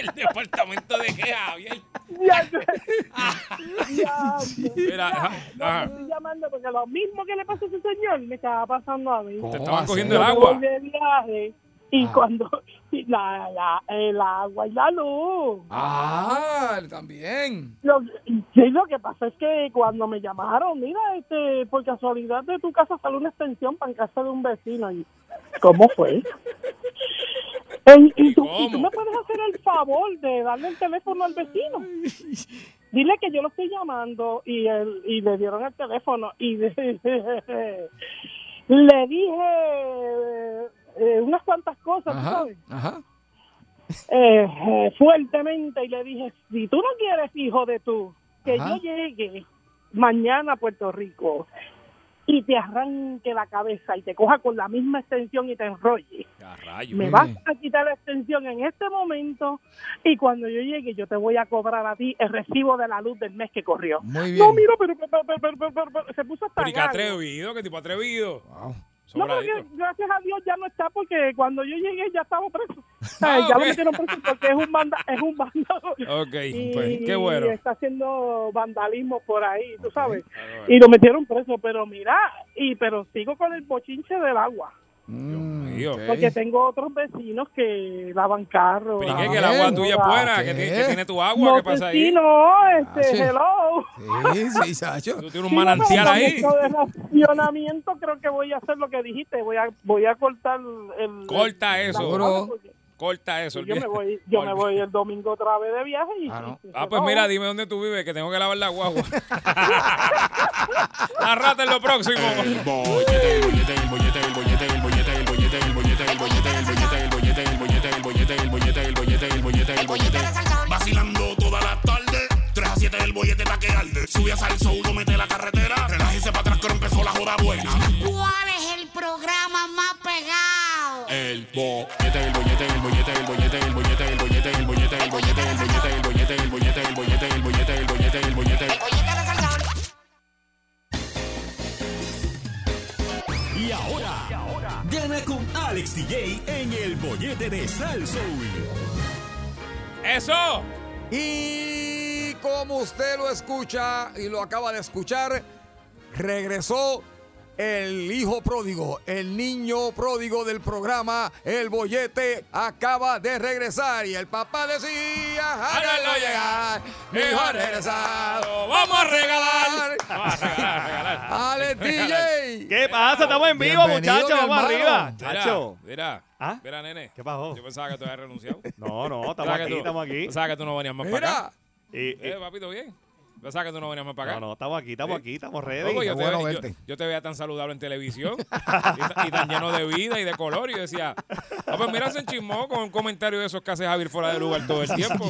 Speaker 5: El departamento de quejas, Javier.
Speaker 8: Ya, ya, estoy
Speaker 5: Mira, ajá, ajá.
Speaker 8: llamando porque lo mismo que le pasó a ese señor me estaba pasando a mí.
Speaker 3: ¿Cómo
Speaker 5: Te
Speaker 3: va
Speaker 5: estaban
Speaker 3: a
Speaker 5: cogiendo
Speaker 3: ser?
Speaker 5: el
Speaker 8: Yo
Speaker 5: agua. Ah.
Speaker 8: voy de viaje y cuando y la, la- el agua y la luz.
Speaker 3: Ah, también.
Speaker 8: Lo, sí, lo que pasa es que cuando me llamaron, mira, este, por casualidad de tu casa sale una extensión para en casa de un vecino. Y, ¿Cómo fue? Ey, y, tú, y tú
Speaker 5: ¿Cómo?
Speaker 8: me puedes hacer el favor de darle el teléfono al vecino? Dile que yo lo estoy llamando y, él- y le dieron el teléfono y le dije eh, unas cuantas cosas, ¿tú
Speaker 3: Ajá.
Speaker 8: ¿sabes?
Speaker 3: Ajá.
Speaker 8: eh, eh, fuertemente y le dije, si tú no quieres, hijo de tú, que
Speaker 3: Ajá.
Speaker 8: yo llegue mañana a Puerto Rico y te arranque la cabeza y te coja con la misma extensión y te enrolle,
Speaker 5: A rayos.
Speaker 8: me
Speaker 3: Muy
Speaker 8: vas
Speaker 3: bien.
Speaker 8: a quitar la extensión en este momento y cuando yo llegue yo te voy a cobrar a ti el recibo de la luz del mes que corrió.
Speaker 3: Muy bien.
Speaker 8: No, mira, pero, pero, pero, pero, pero, pero, pero, se puso hasta
Speaker 5: Pero y qué
Speaker 8: gago.
Speaker 5: atrevido, qué tipo atrevido.
Speaker 3: Wow.
Speaker 8: No, pero
Speaker 5: Sobradito.
Speaker 8: que gracias a Dios ya no está porque cuando yo llegué ya estaba preso. Ay, ya
Speaker 5: ok.
Speaker 8: lo metieron preso porque es un banda, es un vándalo.
Speaker 5: Ok,
Speaker 8: Y
Speaker 5: pues, qué bueno.
Speaker 8: está haciendo vandalismo por ahí, tú sabes.
Speaker 5: Ah,
Speaker 8: Y lo metieron preso, pero mira, y pero sigo con el bochinche del agua,
Speaker 3: Mm,
Speaker 5: mío.
Speaker 3: ok.
Speaker 8: porque tengo otros vecinos que lavan carros.
Speaker 5: Pero ¿y
Speaker 3: Ah,
Speaker 5: qué? Que el agua
Speaker 3: bien.
Speaker 5: tuya es buena,
Speaker 3: ¿Qué?
Speaker 5: que tiene, que tiene tu agua,
Speaker 8: No
Speaker 5: ¿qué pasa
Speaker 8: sé
Speaker 5: ahí?
Speaker 8: si no, este,
Speaker 3: Ah, sí.
Speaker 8: hello.
Speaker 3: Sí, sí, Sacho.
Speaker 5: Tú tienes un
Speaker 8: Sí, no,
Speaker 5: manantial
Speaker 8: pero
Speaker 5: ahí.
Speaker 8: con esto de racionamiento creo que voy a hacer lo que dijiste, voy a voy a cortar el
Speaker 5: Corta
Speaker 8: el- la-
Speaker 5: eso,
Speaker 3: Seguro.
Speaker 8: porque-
Speaker 5: corta eso.
Speaker 8: yo me
Speaker 5: olvida-
Speaker 8: voy, yo me voy el domingo otra vez de viaje y
Speaker 3: Ah, no.
Speaker 8: y- y-
Speaker 5: Ah, pues mira, dime dónde tú vives, que tengo que lavar la guagua. La rata en lo próximo.
Speaker 1: Vacilando toda la tarde. 3 a 7 el bollete pa' que arde. Sube a salso, uno mete la carretera. Relájese para atrás que ahora empezó la joda buena.
Speaker 9: ¿Cuál es el programa más pegado?
Speaker 1: El bollete, el bollete, el bollete, el bollete, el bollete, el bollete, el bollete, el bollete, el bollete, el bollete, el bollete, el bollete, el bollete, el bollete, el bollete.
Speaker 10: Y ahora, gana con Alex DJ en el bollete de Salsoul.
Speaker 5: ¡Eso!
Speaker 3: Y como usted lo escucha y lo acaba de escuchar, regresó el hijo pródigo, el niño pródigo del programa, el bollete acaba de regresar y el papá decía, háganlo llegar, mi hijo ha regresado.
Speaker 5: ¡Vamos a regalar! Vamos a regalar, a regalar.
Speaker 3: ¡Ale, DJ!
Speaker 11: ¿Qué pasa? Estamos en vivo,
Speaker 3: Bienvenido,
Speaker 11: muchachos.
Speaker 3: mi
Speaker 11: Vamos arriba.
Speaker 3: hermano.
Speaker 11: Chacho.
Speaker 5: Mira, mira,
Speaker 11: ¿Ah?
Speaker 5: mira, nene.
Speaker 11: ¿Qué pasó?
Speaker 5: Yo pensaba que tú habías renunciado.
Speaker 11: No, no, estamos
Speaker 5: Pensaba que
Speaker 11: aquí,
Speaker 5: tú-
Speaker 11: estamos aquí.
Speaker 5: Pensaba que tú no venías más para acá.
Speaker 3: Mira,
Speaker 11: Y- y-
Speaker 5: Eh, papito, bien. Pensaba que tú no venías más para acá.
Speaker 11: no, no, estamos aquí, estamos
Speaker 5: Sí.
Speaker 11: aquí, estamos
Speaker 5: Loco,
Speaker 11: ready.
Speaker 5: yo,
Speaker 3: qué
Speaker 5: te
Speaker 3: bueno
Speaker 5: ve- yo-
Speaker 3: verte.
Speaker 5: yo te veía tan saludable en televisión y, ta- y tan lleno de vida y de color. Y yo decía, ah, pues mira, se enchismó con un comentario de esos que hace Javier fuera de lugar todo el tiempo.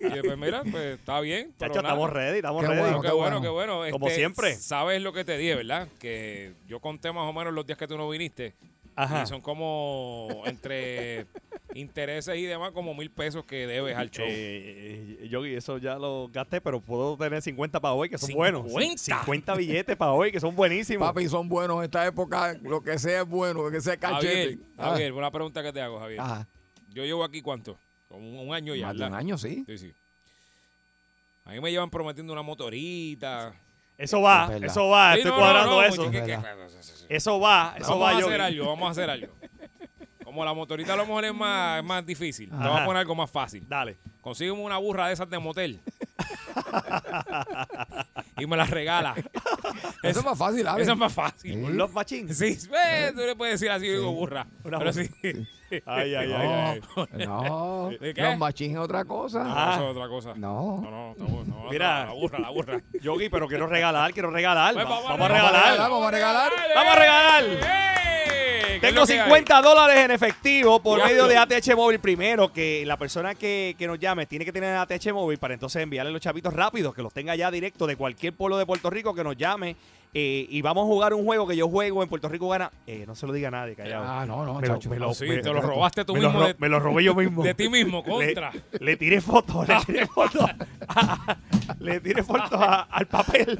Speaker 5: Y yo, pues mira, pues está bien. pero
Speaker 11: Chacho,
Speaker 5: nada.
Speaker 11: estamos ready, estamos
Speaker 3: Qué
Speaker 11: ready. Eh,
Speaker 5: Bueno,
Speaker 3: bueno,
Speaker 5: qué bueno, qué bueno. Este,
Speaker 11: Como siempre.
Speaker 5: Sabes lo que te di, ¿verdad? Que yo conté más o menos los días que tú no viniste.
Speaker 11: Ajá.
Speaker 5: Y son como entre intereses y demás, como mil pesos que debes al show.
Speaker 11: Eh, eh, yo eso ya lo gasté, pero puedo tener 50 para hoy, que son buenos.
Speaker 5: 50.
Speaker 11: 50 billetes para hoy, que son buenísimos.
Speaker 3: papi, son buenos en esta época, lo que sea es bueno, lo que sea es
Speaker 5: Javier,
Speaker 3: cachete.
Speaker 5: Javier, una pregunta que te hago, Javier.
Speaker 3: Ah,
Speaker 5: Yo llevo aquí cuánto? Como un, un año
Speaker 3: ajá.
Speaker 5: ya.
Speaker 3: Más de un
Speaker 5: ¿verdad?
Speaker 3: año, sí.
Speaker 5: Sí, sí. A mí me llevan prometiendo una motorita.
Speaker 11: Eso va,
Speaker 3: Es verdad.
Speaker 11: eso va,
Speaker 5: Sí,
Speaker 11: estoy
Speaker 5: no, no,
Speaker 11: cuadrando
Speaker 5: no,
Speaker 11: eso.
Speaker 5: oye, que- que-
Speaker 11: Eso va, eso
Speaker 5: vamos
Speaker 11: va
Speaker 5: a
Speaker 11: yo.
Speaker 5: hacer algo, vamos a hacer algo. Como la motorita a lo mejor es más, es más difícil, te
Speaker 11: Ajá.
Speaker 5: vamos a poner algo más fácil.
Speaker 11: Dale.
Speaker 5: Consígueme una burra de esas de motel. y me la regala.
Speaker 3: Eso es más fácil, Alex.
Speaker 5: Esa es más fácil.
Speaker 11: Un Love Machine.
Speaker 5: Sí, eh, tú le puedes decir así, digo burra.
Speaker 11: Una burra.
Speaker 5: Pero sí.
Speaker 11: Ay, ay, ay, ay.
Speaker 3: No, no.
Speaker 5: ¿De qué?
Speaker 3: Los machines es otra cosa.
Speaker 11: Ah.
Speaker 5: Eso es otra cosa.
Speaker 3: No.
Speaker 5: No, no, no, no, no,
Speaker 11: Mira.
Speaker 5: La burra, la burra.
Speaker 11: Yogi, pero quiero regalar, quiero regalar.
Speaker 5: Pues
Speaker 11: Va- vamos, a regalar.
Speaker 3: vamos a regalar.
Speaker 11: Vamos a regalar.
Speaker 5: ¡Eh! ¿Qué es
Speaker 11: Tengo
Speaker 5: lo que hay?
Speaker 11: 50 dólares en efectivo por
Speaker 5: Ya.
Speaker 11: medio de ATH Móvil primero, que la persona que, que nos llame tiene que tener ATH Móvil para entonces enviarle los chapitos rápidos, que los tenga ya directo de cualquier pueblo de Puerto Rico que nos llame. eh, y vamos a jugar un juego que yo juego en Puerto Rico gana. Eh, no se lo diga a nadie, callado.
Speaker 3: Ah, no, no,
Speaker 11: me lo,
Speaker 3: chacho.
Speaker 11: me lo-
Speaker 3: Sí,
Speaker 11: me-
Speaker 3: te
Speaker 5: lo robaste tú
Speaker 11: me lo
Speaker 5: mismo
Speaker 11: ro-
Speaker 5: de-
Speaker 11: me lo robé yo mismo.
Speaker 5: de ti mismo,
Speaker 11: Le-
Speaker 5: contra. Ah,
Speaker 11: Le, tiré fotos, le tiré fotos. le tiré fotos a- al papel.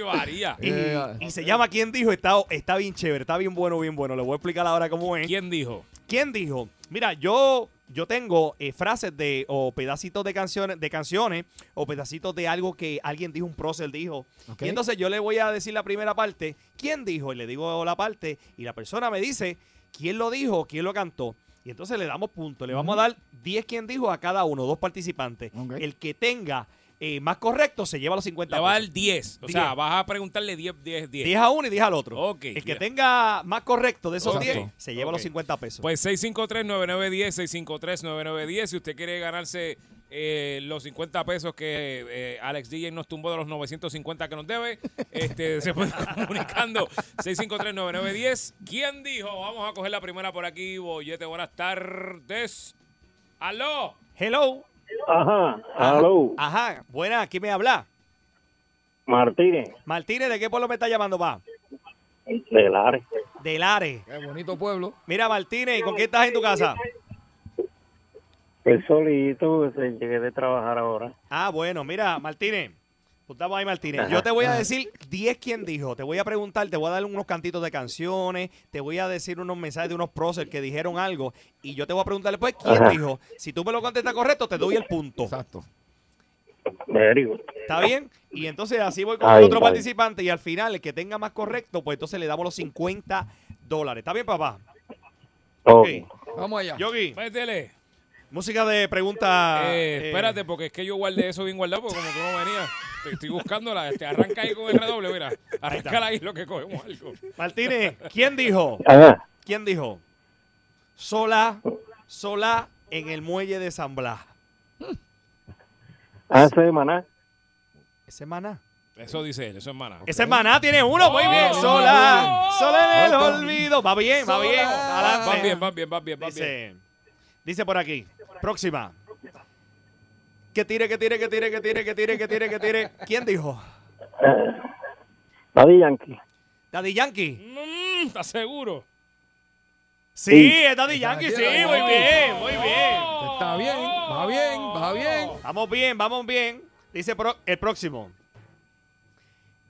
Speaker 5: varía.
Speaker 11: Y,
Speaker 3: Eh, ah,
Speaker 11: y se llama ¿Quién dijo? Está, está bien chévere, está bien bueno, bien bueno. Le voy a explicar ahora cómo es.
Speaker 5: ¿Quién dijo?
Speaker 11: ¿Quién dijo? Mira, yo, yo tengo eh, frases de o pedacitos de canciones, de canciones o pedacitos de algo que alguien dijo, un prócer dijo.
Speaker 3: Ok.
Speaker 11: Y entonces yo le voy a decir la primera parte, ¿quién dijo? Y le digo la parte y la persona me dice, ¿quién lo dijo? ¿Quién lo cantó? Y entonces le damos puntos, le vamos a dar 10 quien dijo a cada uno, dos participantes.
Speaker 3: Ok.
Speaker 11: El que tenga eh, más correcto se lleva los 50
Speaker 5: Le va a
Speaker 11: pesos.
Speaker 5: dar 10. O sea,
Speaker 11: Diez.
Speaker 5: vas a preguntarle 10, 10, 10.
Speaker 11: 10 a uno y 10 al otro.
Speaker 5: Ok,
Speaker 11: el que
Speaker 5: bien.
Speaker 11: tenga más correcto de esos
Speaker 5: Ok.
Speaker 11: 10 se lleva
Speaker 5: Ok.
Speaker 11: los 50 pesos.
Speaker 5: Pues 653-9910, 653-9910. Si usted quiere ganarse eh, los 50 pesos que eh, Alex DJ nos tumbó de los 950 que nos debe, este, se puede ir comunicando. 653-9910. ¿Quién dijo? Vamos a coger la primera por aquí, Bollete. Buenas tardes. ¡Aló!
Speaker 11: Hello.
Speaker 12: Ajá, aló.
Speaker 11: Ajá, buena, ¿quién me habla?
Speaker 12: Martínez,
Speaker 11: Martínez, ¿de qué pueblo me está llamando, va?
Speaker 12: de Lares.
Speaker 11: De Lares.
Speaker 3: Qué bonito pueblo.
Speaker 11: Mira, Martínez, ¿y con quién estás en tu casa?
Speaker 12: El solito, se llegué de trabajar ahora.
Speaker 11: Ah, bueno, mira, Martínez. Estamos ahí, Martínez. Yo te voy a decir 10 quién dijo. Te voy a preguntar, te voy a dar unos cantitos de canciones, te voy a decir unos mensajes de unos próceres que dijeron algo y yo te voy a preguntar después quién
Speaker 12: Ajá.
Speaker 11: dijo. Si tú me lo contestas correcto, te doy el punto.
Speaker 3: Exacto.
Speaker 12: Verigo.
Speaker 11: ¿Está bien? Y entonces así voy con
Speaker 12: Está
Speaker 11: el
Speaker 12: bien,
Speaker 11: otro
Speaker 12: está bien.
Speaker 11: participante y al final el que tenga más correcto, pues entonces le damos los 50 dólares. ¿Está bien, papá?
Speaker 12: Ok.
Speaker 3: Vamos allá.
Speaker 11: Yogi,
Speaker 5: Métele.
Speaker 11: música de pregunta.
Speaker 5: Pues Eh,
Speaker 11: eh,
Speaker 5: espérate, porque es que yo guardé eso bien guardado, porque como tú no venías, te estoy buscándola. Este, arranca ahí con el redoble, mira. Arráncala ahí lo que cogemos algo.
Speaker 11: Martínez, ¿quién dijo?
Speaker 12: Ajá.
Speaker 11: ¿Quién dijo? Sola, sola en el muelle de San Blas.
Speaker 12: Hace maná.
Speaker 11: Ese es Maná.
Speaker 5: Eso dice él, eso es maná.
Speaker 11: Ese es Maná tiene uno, muy bien.
Speaker 5: Oh,
Speaker 11: Sola, sola en el olvido. Va bien, va bien. Adelante.
Speaker 5: Van bien, van bien, van bien, van bien.
Speaker 11: Dice, dice por aquí. Próxima. Que tire, que tire, que tire, que tire, que tire, que tire, que tire. ¿Quién dijo?
Speaker 12: Daddy Yankee.
Speaker 11: Daddy Yankee.
Speaker 5: Mm, ¿Estás seguro?
Speaker 11: Sí, es Daddy Yankee, sí,
Speaker 3: Daddy
Speaker 11: muy
Speaker 3: Yankee.
Speaker 11: bien, muy bien.
Speaker 3: Está bien, va bien, va bien.
Speaker 11: Vamos bien, vamos bien. Dice pro- el próximo.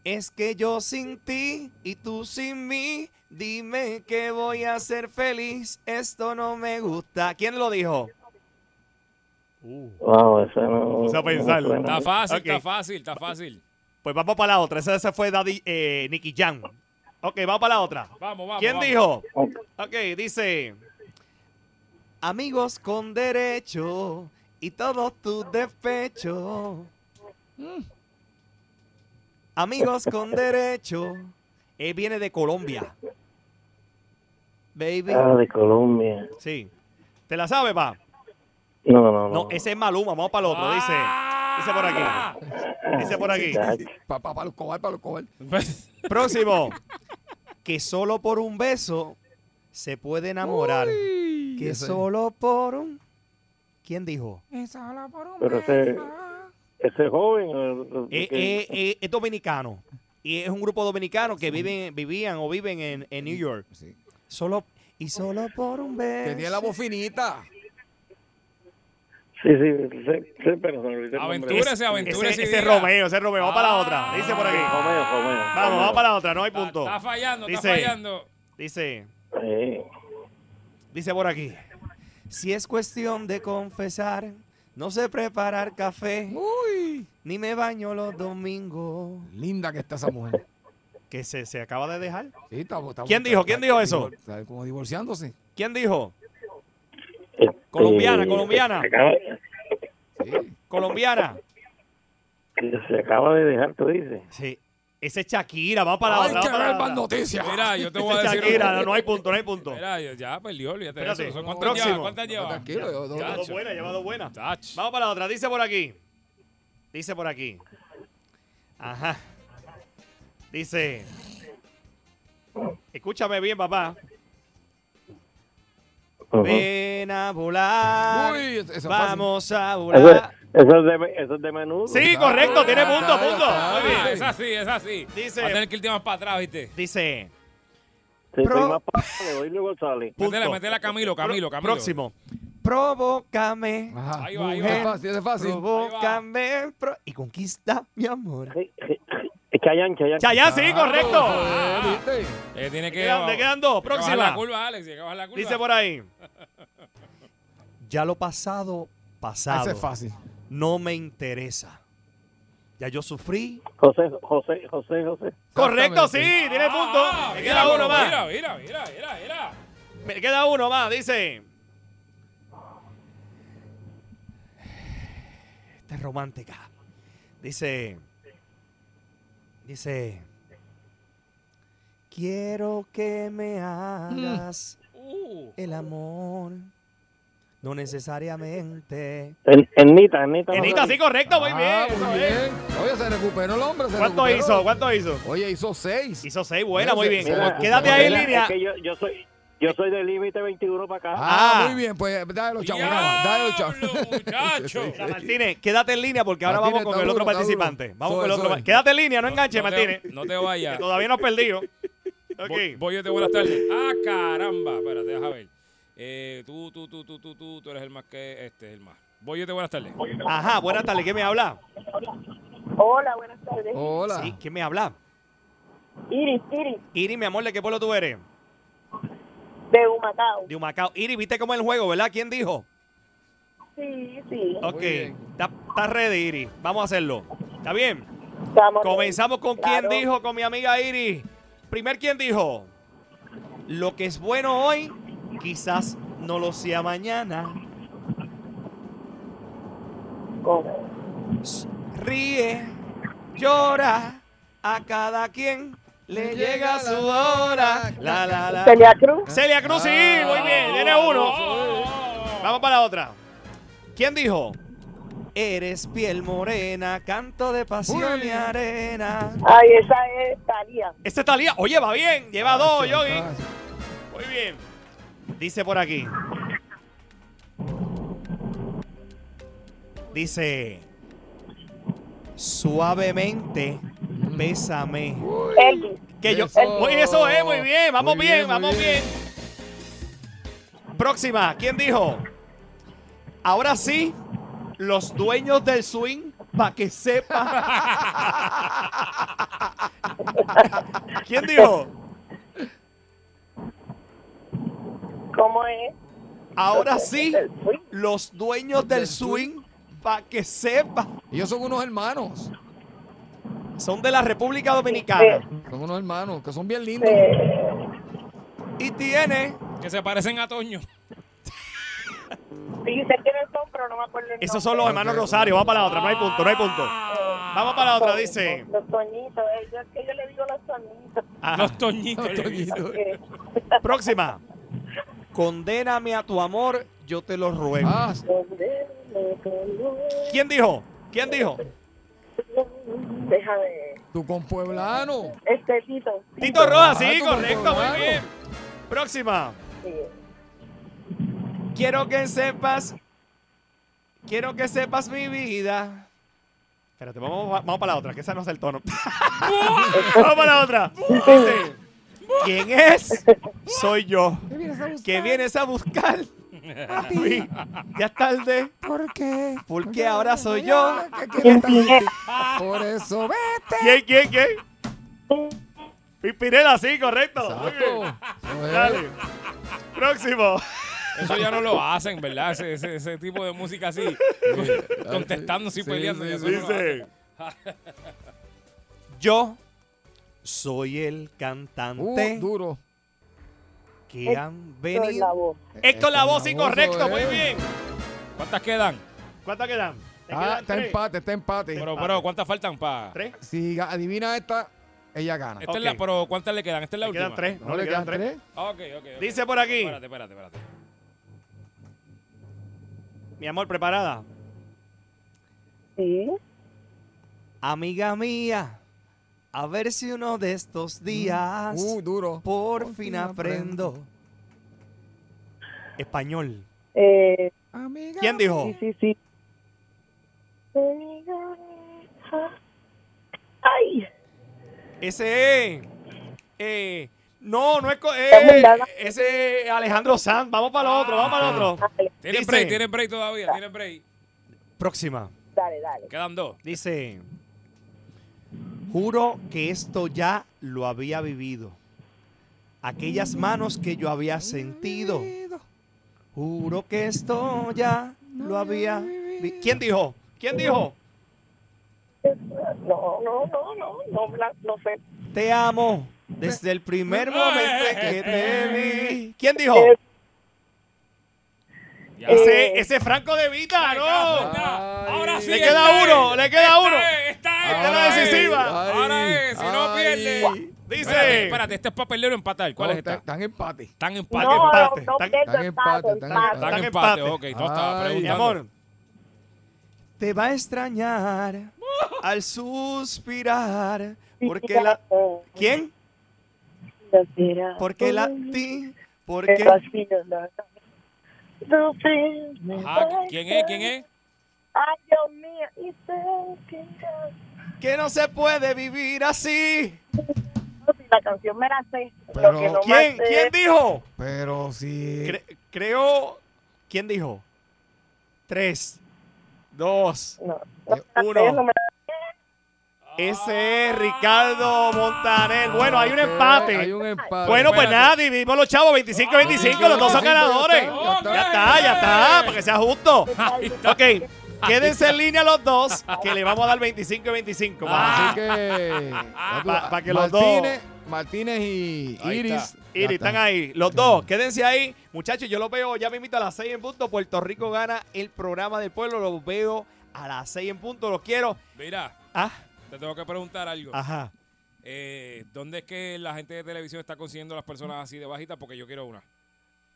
Speaker 11: Es que yo sin ti y tú sin mí, dime que voy a ser feliz. Esto no me gusta. ¿Quién lo dijo?
Speaker 12: Wow, ese no.
Speaker 11: Puse a pensarlo.
Speaker 12: no suena.
Speaker 5: Está fácil,
Speaker 11: Ok.
Speaker 5: está fácil, está fácil.
Speaker 11: Pues vamos para la otra. Esa, esa fue Daddy, eh, Nicky Jam. Ok, vamos para la otra.
Speaker 5: Vamos, vamos.
Speaker 11: ¿Quién
Speaker 5: vamos.
Speaker 11: dijo?
Speaker 12: Ok.
Speaker 11: Ok, dice. Amigos con derecho y todos tus despechos.
Speaker 12: Mm.
Speaker 11: Amigos con derecho. Él viene de Colombia. Baby.
Speaker 12: Ah, de Colombia.
Speaker 11: Sí. ¿Te la sabes, pa?
Speaker 12: No, no, no.
Speaker 11: No, ese es Maluma. Vamos para el otro. Dice.
Speaker 5: Ah.
Speaker 11: Dice por
Speaker 12: Ah.
Speaker 11: aquí. Dice por aquí.
Speaker 12: Chacho.
Speaker 3: Para pa, pa, los cobar, para los cobar.
Speaker 5: Pues,
Speaker 11: Próximo. Que solo por un beso se puede enamorar. que
Speaker 3: ese.
Speaker 11: solo por un. ¿Quién dijo?
Speaker 12: Pero ese, ese joven. el- el-
Speaker 11: Eh,
Speaker 12: que-
Speaker 11: eh, eh, es dominicano. Y es un grupo dominicano que viven, vivían o viven en, en New York.
Speaker 3: Sí.
Speaker 11: Solo, y solo por un beso.
Speaker 3: Que tiene la voz finita.
Speaker 12: Sí, sí, sé, sé, pero se me olvidó el nombre.
Speaker 5: Aventura, ese aventura,
Speaker 11: Ese, ese es Romeo, ese es Romeo. Vamos para la otra. Dice por aquí.
Speaker 12: Romeo, Romeo.
Speaker 11: Vamos, vamos para la otra. No hay
Speaker 5: Ah. Está,
Speaker 11: punto.
Speaker 5: está fallando,
Speaker 11: Dice-
Speaker 5: está fallando.
Speaker 11: Dice.
Speaker 12: Eh,
Speaker 11: Dice por aquí. Si es cuestión de confesar, no sé preparar café,
Speaker 3: Uy.
Speaker 11: ni me baño los domingos.
Speaker 3: Linda que está esa mujer.
Speaker 11: Que se, se acaba de dejar.
Speaker 3: Sí, está, está-
Speaker 11: ¿Quién dijo? ¿Quién dijo eso?
Speaker 3: Está como divorciándose.
Speaker 11: ¿Quién dijo?
Speaker 12: este,
Speaker 11: Colombiana, colombiana.
Speaker 6: eh,
Speaker 12: se acaba-
Speaker 3: Sí.
Speaker 11: Colombiana.
Speaker 12: que se acaba de dejar, tú dices.
Speaker 11: Sí. Ese es Shakira. Vamos para la
Speaker 3: Hay
Speaker 11: otra.
Speaker 3: que
Speaker 11: vamos para
Speaker 3: ver
Speaker 11: la
Speaker 3: más
Speaker 11: otra.
Speaker 3: noticias.
Speaker 5: Mira, yo te
Speaker 11: Ese
Speaker 5: voy a
Speaker 11: es
Speaker 5: decir.
Speaker 11: Shakira. No, no hay punto, no hay punto.
Speaker 5: Mira, ya, ya perdió, olvídate de
Speaker 11: Espérate.
Speaker 5: eso. ¿Son ¿Cuántas
Speaker 11: Próximo.
Speaker 5: lleva? ¿Cuántas
Speaker 3: No,
Speaker 5: lleva?
Speaker 3: tranquilo, yo- yo-
Speaker 11: Lleva dos
Speaker 5: Chacho.
Speaker 11: buenas, lleva dos buenas.
Speaker 5: Chacho.
Speaker 11: Vamos para la otra. Dice por aquí. Dice por aquí. Ajá. Dice. Escúchame bien, papá.
Speaker 12: Ujú.
Speaker 11: Ven a volar.
Speaker 3: Uy, esa es fácil.
Speaker 11: Vamos a
Speaker 12: Eso, es-
Speaker 11: volar.
Speaker 12: eso es de, eso es de menudo.
Speaker 11: Sí, correcto, tiene punto, punto.
Speaker 5: Muy
Speaker 11: Muy
Speaker 5: bien, es
Speaker 11: bien.
Speaker 5: así, es así.
Speaker 11: Dice-
Speaker 5: Va a tener que irte más para atrás, ¿viste?
Speaker 11: Dice.
Speaker 12: Sí,
Speaker 11: Pro-
Speaker 12: soy más para de Oilio González.
Speaker 5: Métela,
Speaker 11: Punto.
Speaker 5: métela a Camilo, Camilo,
Speaker 11: Pro-
Speaker 5: Camilo.
Speaker 11: Próximo. Provócame.
Speaker 3: Ajá.
Speaker 5: Ahí va, ahí
Speaker 3: Es
Speaker 5: va.
Speaker 3: fácil, es fácil.
Speaker 11: Provócame. pro- y conquista mi amor.
Speaker 12: Chayán, Chayán.
Speaker 11: Chayán, sí, correcto.
Speaker 5: Ah,
Speaker 3: ¿Viste?
Speaker 5: eh, tiene que.
Speaker 11: Quedan- te quedan dos.
Speaker 5: Hay que bajar
Speaker 11: Próxima.
Speaker 5: La curva, Alex, hay que bajar la curva.
Speaker 11: Ah, Dice por ahí. Ya lo pasado, pasado.
Speaker 3: Ese es fácil.
Speaker 11: No me interesa. Ya yo sufrí.
Speaker 12: José, José, José, José.
Speaker 11: Correcto, sí,
Speaker 3: Exactamente.
Speaker 11: tiene punto. Me
Speaker 5: Ah, mira,
Speaker 11: queda uno más.
Speaker 5: Mira, mira, mira, mira, mira.
Speaker 11: Me queda uno más, dice. Esta es romántica. Dice. Dice. Quiero que me hagas
Speaker 5: Uh,
Speaker 11: el amor. No necesariamente.
Speaker 12: En, Ennita, Ennita.
Speaker 11: Enita, sí, correcto, muy bien.
Speaker 3: Ah,
Speaker 11: eso
Speaker 3: muy
Speaker 11: es.
Speaker 3: bien. Oye, se recuperó el hombre. se
Speaker 11: ¿Cuánto
Speaker 3: recuperó.
Speaker 11: hizo? ¿Cuánto hizo?
Speaker 3: Oye, hizo seis.
Speaker 11: Hizo seis, buena,
Speaker 3: Mira,
Speaker 11: muy
Speaker 3: se-
Speaker 11: bien.
Speaker 3: mira,
Speaker 11: Quédate ahí en
Speaker 12: mira,
Speaker 11: línea.
Speaker 12: Es que yo, yo soy, yo soy del límite 21 para acá.
Speaker 3: Ah,
Speaker 11: Ah.
Speaker 3: muy bien. Pues dale los chavos. nada, Dale los chavos.
Speaker 5: ¡Diablo, muchacho!
Speaker 11: Mira, Martínez, quédate en línea porque ahora
Speaker 3: Martínez,
Speaker 11: vamos con
Speaker 3: está
Speaker 11: el otro
Speaker 3: duro, está duro.
Speaker 11: participante. Vamos
Speaker 3: Soy,
Speaker 11: con el otro.
Speaker 3: soy.
Speaker 11: pa- Quédate en línea, no enganches,
Speaker 5: No te-
Speaker 11: Martínez.
Speaker 5: No te vayas.
Speaker 11: que todavía no has perdido.
Speaker 5: Voy,
Speaker 11: Ok.
Speaker 5: voy, te buenas tardes. ¡Ah, caramba! Espérate, deja ver. Eh, tú, tú, tú, tú, tú, tú, tú eres el más que este, es el más. Voy, yo te buenas tardes.
Speaker 11: Ajá, buenas tardes. ¿Quién me habla?
Speaker 8: Hola, buenas tardes.
Speaker 3: Hola.
Speaker 11: Sí, ¿quién me habla?
Speaker 8: Iris, Iris,
Speaker 11: Iri, mi amor, ¿de qué pueblo tú eres?
Speaker 8: de Humacao.
Speaker 11: De Humacao. Iri, viste cómo es el juego, ¿verdad? ¿Quién dijo?
Speaker 8: Sí, sí.
Speaker 11: Ok.
Speaker 3: bien.
Speaker 11: Está está ready, Iri. Vamos a hacerlo. ¿Está bien?
Speaker 8: Estamos
Speaker 11: Comenzamos con
Speaker 8: Claro.
Speaker 11: quién dijo, con mi amiga Iri. Primer, ¿quién dijo? Lo que es bueno hoy, quizás no lo sea mañana.
Speaker 8: con-
Speaker 11: Ríe, llora, a cada quien le llega su hora. Ah. La, la, la.
Speaker 8: Celia Cruz.
Speaker 11: Celia Cruz, sí, muy bien, tiene uno. Vamos para la otra. ¿Quién dijo? Eres piel morena, canto de pasión y arena.
Speaker 8: Ay, esa es Talía.
Speaker 11: Este está lía. Oye, va bien, lleva dos,
Speaker 3: Chacho,
Speaker 11: Yogi.
Speaker 3: chacho.
Speaker 11: Muy bien. Dice por aquí. Dice. Suavemente, bésame.
Speaker 8: Elvis.
Speaker 11: Que yo. eh,
Speaker 3: Eso.
Speaker 11: Muy, eso es, muy bien. Vamos
Speaker 3: Muy
Speaker 11: bien,
Speaker 3: bien, muy
Speaker 11: vamos bien.
Speaker 3: bien.
Speaker 11: Próxima, ¿quién dijo? Ahora sí, los dueños del swing, para que sepa. ¿Quién dijo?
Speaker 8: ¿Cómo es?
Speaker 11: Ahora sí,
Speaker 8: El swing.
Speaker 11: los dueños del swing, para que sepa.
Speaker 3: Ellos son unos hermanos.
Speaker 11: Son de la República Dominicana.
Speaker 3: Son unos hermanos que son bien lindos.
Speaker 8: Eh,
Speaker 11: Y tiene.
Speaker 5: Que se parecen a Toño.
Speaker 8: sí, sé quiénes son, pero no me acuerdo el
Speaker 11: Esos
Speaker 8: nombre.
Speaker 11: son los hermanos Rosario. Vamos para la otra. No hay punto, no hay punto. Vamos para la
Speaker 8: eh,
Speaker 11: otra, dice.
Speaker 8: Los toñitos. eh, Yo, es que yo le digo los toñitos.
Speaker 11: Ajá.
Speaker 5: Los Toñitos. le digo.
Speaker 8: eh,
Speaker 11: Próxima. Condéname a tu amor, yo te lo ruego.
Speaker 3: Ah,
Speaker 8: donde me conduce,
Speaker 11: ¿Quién dijo? ¿Quién dijo?
Speaker 8: Déjame.
Speaker 3: tu compueblano.
Speaker 8: Este Tito.
Speaker 11: Tito Rojas, sí,
Speaker 3: Ajá,
Speaker 11: correcto, muy bien. Próxima.
Speaker 8: Sí.
Speaker 11: Quiero que sepas. Quiero que sepas mi vida. Espérate, vamos, vamos para la otra, que esa no es el tono. vamos para la otra. Dice, ¿Quién es? Soy yo. Que vienes a buscar. A ti. Ya es tarde.
Speaker 3: ¿Por qué?
Speaker 11: Porque ahora soy yo.
Speaker 3: ¿Quién Por eso vete.
Speaker 11: ¿Quién, quién, quién? Pimpinela, sí, correcto. Muy bien.
Speaker 3: Exacto. Eso es.
Speaker 11: Dale. Próximo.
Speaker 5: Eso ya no lo hacen, ¿verdad? Ese, ese, ese tipo de música así. contestando y
Speaker 3: Sí,
Speaker 11: pues,
Speaker 5: peleando.
Speaker 3: sí,
Speaker 5: ya eso no lo hacen.
Speaker 11: Dice. Yo soy el cantante
Speaker 3: Uh, duro.
Speaker 11: que han
Speaker 8: Soy la
Speaker 11: venido.
Speaker 8: voz.
Speaker 11: Héctor la voz, sí,
Speaker 3: Lavoe,
Speaker 11: correcto.
Speaker 3: eh.
Speaker 11: Muy bien.
Speaker 5: ¿Cuántas quedan?
Speaker 11: ¿Cuántas quedan? ¿Te
Speaker 3: Ah,
Speaker 11: quedan
Speaker 3: está
Speaker 11: tres?
Speaker 3: empate, está empate.
Speaker 5: Pero, pero, ¿cuántas faltan para?
Speaker 11: ¿Tres?
Speaker 3: si ga- adivina esta, ella gana.
Speaker 5: Esta es la,
Speaker 11: Ok.
Speaker 5: pero ¿cuántas le quedan? Esta es la
Speaker 11: Le
Speaker 5: última.
Speaker 11: quedan tres. No, le quedan tres.
Speaker 5: Ah, Ok, ok. ok.
Speaker 11: Dice por aquí.
Speaker 5: Espérate, espérate, espérate.
Speaker 11: Mi amor, ¿preparada?
Speaker 8: Sí.
Speaker 11: Amiga mía, a ver si uno de estos días
Speaker 3: Uh, duro.
Speaker 11: Mm. Uh, por
Speaker 3: Por
Speaker 11: fin
Speaker 3: fin
Speaker 11: aprendo. Español.
Speaker 12: Eh,
Speaker 11: ¿Quién dijo?
Speaker 12: Sí, sí, sí.
Speaker 11: ¡Ay! Ese es. eh, no, no es. co- eh, ese es Alejandro Sanz. Vamos para el otro, vamos para el otro.
Speaker 5: Tienen
Speaker 11: Dice-
Speaker 5: break, tienen break todavía, tienen break.
Speaker 11: Próxima.
Speaker 12: Dale, dale.
Speaker 5: Quedan dos.
Speaker 11: Dice, juro que esto ya lo había vivido. Aquellas manos que yo había sentido. Juro que esto ya lo había vi- ¿Quién dijo? ¿Quién dijo?
Speaker 12: No, no, no, no, no, la- no sé.
Speaker 11: Te amo desde el primer momento en que te vi. ¿Quién dijo?
Speaker 12: Eh,
Speaker 5: Ya.
Speaker 11: Ese, ese Franco de Vita, ¿no?
Speaker 5: Ahora sí. este.
Speaker 11: Le queda
Speaker 5: esta
Speaker 11: uno,
Speaker 5: es,
Speaker 11: le queda
Speaker 5: esta
Speaker 11: uno.
Speaker 5: es, Esta es,
Speaker 11: Esta es la decisiva.
Speaker 5: Ahora es, si no pierde.
Speaker 11: Dice-
Speaker 5: Espérate, espérate, este es para perder o empatar. ¿Cuál
Speaker 3: No,
Speaker 5: es esta?
Speaker 3: Están empate.
Speaker 5: Están empate.
Speaker 12: No,
Speaker 11: empate,
Speaker 12: no,
Speaker 11: tan-
Speaker 12: pierdo,
Speaker 3: Están
Speaker 12: empate,
Speaker 3: empate, están
Speaker 12: empate.
Speaker 3: empate.
Speaker 5: Están
Speaker 11: Están
Speaker 5: empate,
Speaker 11: empate.
Speaker 5: ok. No estaba
Speaker 3: Ay,
Speaker 11: Mi
Speaker 5: preguntando.
Speaker 11: amor. Te va a extrañar al suspirar. Porque la. ¿Quién? Porque la. Ti, porque. Ah,
Speaker 5: Ajá, Ah, ¿Quién es? ¿Quién es?
Speaker 12: Ay, Dios mío. y sé que ya-
Speaker 11: Que no se puede vivir así.
Speaker 12: La canción me la sé.
Speaker 3: Pero-
Speaker 12: lo que no me
Speaker 11: ¿Quién?
Speaker 12: sé
Speaker 11: ¿Quién
Speaker 12: es-
Speaker 11: dijo?
Speaker 3: Pero sí.
Speaker 11: Cre- creo. ¿Quién dijo? Tres, dos,
Speaker 12: No, no me la sé,
Speaker 11: uno.
Speaker 12: no me la-
Speaker 11: Ese es Ricardo Montaner. Bueno, hay un
Speaker 3: Ah, Hay
Speaker 11: empate.
Speaker 3: un empate.
Speaker 11: Bueno, pues
Speaker 5: Espérate.
Speaker 11: nada, dividimos los chavos 25-25, los dos son
Speaker 3: 25,
Speaker 11: ganadores.
Speaker 3: ya está,
Speaker 11: Ya está, ya está, para que sea justo. Ok, quédense en línea los dos, que le vamos a dar 25-25.
Speaker 3: Ah, Así que. ya tú-
Speaker 11: Ah. Pa- pa' que los
Speaker 3: Martínez, Martínez y
Speaker 5: Ahí
Speaker 3: Iris.
Speaker 5: está.
Speaker 11: Y
Speaker 3: ya
Speaker 11: están
Speaker 3: está.
Speaker 11: ahí, los dos, quédense ahí. Muchachos, yo los veo, ya me invito a las 6 en punto. Puerto Rico gana el programa del pueblo, los veo a las 6 en punto, los quiero.
Speaker 5: Mira,
Speaker 11: Ah,
Speaker 5: te tengo que preguntar algo.
Speaker 11: ajá.
Speaker 5: Eh, ¿Dónde es que la gente de televisión está consiguiendo las personas así de bajitas? Porque yo quiero una.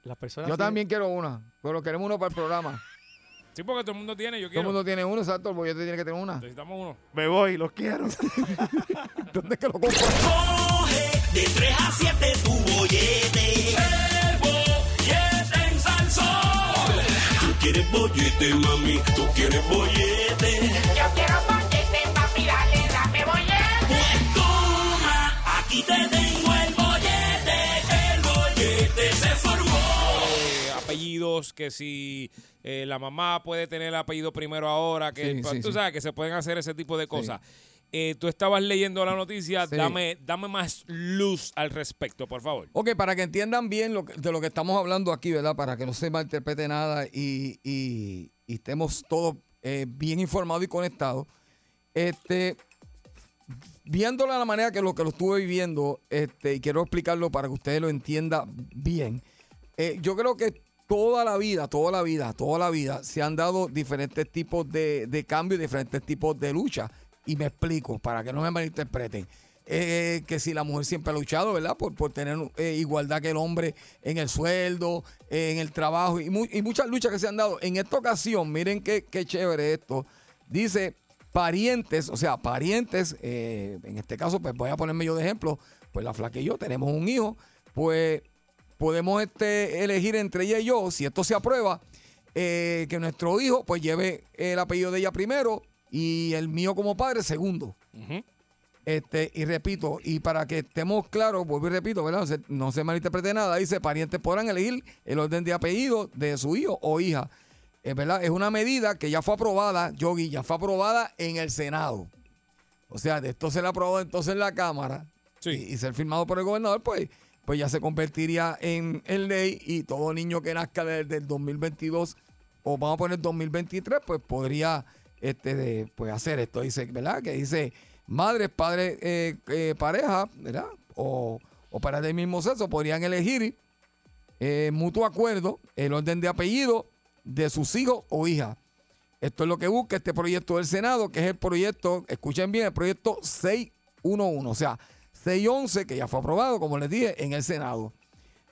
Speaker 11: Las personas.
Speaker 3: Yo
Speaker 11: siguen-
Speaker 3: también quiero una, pero queremos uno para el programa.
Speaker 5: Sí, porque todo el mundo tiene, yo
Speaker 3: Todo
Speaker 5: quiero.
Speaker 3: el mundo tiene uno, exacto, el bollete tiene que tener una.
Speaker 5: Necesitamos uno.
Speaker 11: Me voy, los quiero.
Speaker 3: ¿Dónde es que lo compro?
Speaker 1: Coge de 3 a 7 tu bollete. El bollete en Salsón. Tú quieres bollete, mami. Tú quieres bollete.
Speaker 9: Yo quiero bollete, papi, dale, dame bollete.
Speaker 1: Pues toma, aquí te tengo el bollete. El bollete se formó.
Speaker 5: Eh, apellidos, que si eh, la mamá puede tener el apellido primero ahora, que
Speaker 3: Sí,
Speaker 5: pues,
Speaker 3: sí,
Speaker 5: tú
Speaker 3: sí.
Speaker 5: sabes que se pueden hacer ese tipo de cosas. Eh, tú estabas leyendo la noticia,
Speaker 3: Sí.
Speaker 5: dame, dame más luz al respecto, por favor.
Speaker 3: Ok, para que entiendan bien lo que- de lo que estamos hablando aquí, ¿verdad? Para que no se malinterprete nada y, y- y estemos todos eh, bien informados y conectados. Este, viéndolo de la manera que lo que lo estuve viviendo, este, y quiero explicarlo para que ustedes lo entiendan bien. Eh, yo creo que toda la vida, toda la vida, toda la vida se han dado diferentes tipos de, de cambios, diferentes tipos de lucha. Y me explico, para que no me malinterpreten. Eh, que si la mujer siempre ha luchado, ¿verdad? Por, por tener eh, igualdad que el hombre en el sueldo, eh, en el trabajo y, mu- y muchas luchas que se han dado. En esta ocasión, miren qué, qué chévere esto. Dice, parientes, o sea, parientes, eh, en este caso, pues voy a ponerme yo de ejemplo, pues la flaca y yo tenemos un hijo, pues podemos este, elegir entre ella y yo, si esto se aprueba, eh, que nuestro hijo pues lleve el apellido de ella primero y el mío como padre segundo.
Speaker 5: Ujú.
Speaker 3: Este, y repito, y para que estemos claros, vuelvo y repito, ¿verdad? No se, no se malinterprete nada. Dice, parientes podrán elegir el orden de apellido de su hijo o hija. Es verdad, es una medida que ya fue aprobada, Yogi, ya fue aprobada en el Senado. O sea, de esto se le aprobó entonces en la Cámara
Speaker 5: Sí.
Speaker 3: y, y ser firmado por el gobernador, pues, pues ya se convertiría en, en ley y todo niño que nazca desde el 2022 o vamos a poner 2023, pues podría este, de, pues hacer esto. Dice, ¿verdad? Que dice madres, padres, eh, eh, pareja, ¿verdad? O, o para del mismo sexo podrían elegir eh, mutuo acuerdo el orden de apellido de sus hijos o hijas. Esto es lo que busca este proyecto del Senado, que es el proyecto, escuchen bien, el proyecto 611, o sea, 611, que ya fue aprobado, como les dije, en el Senado.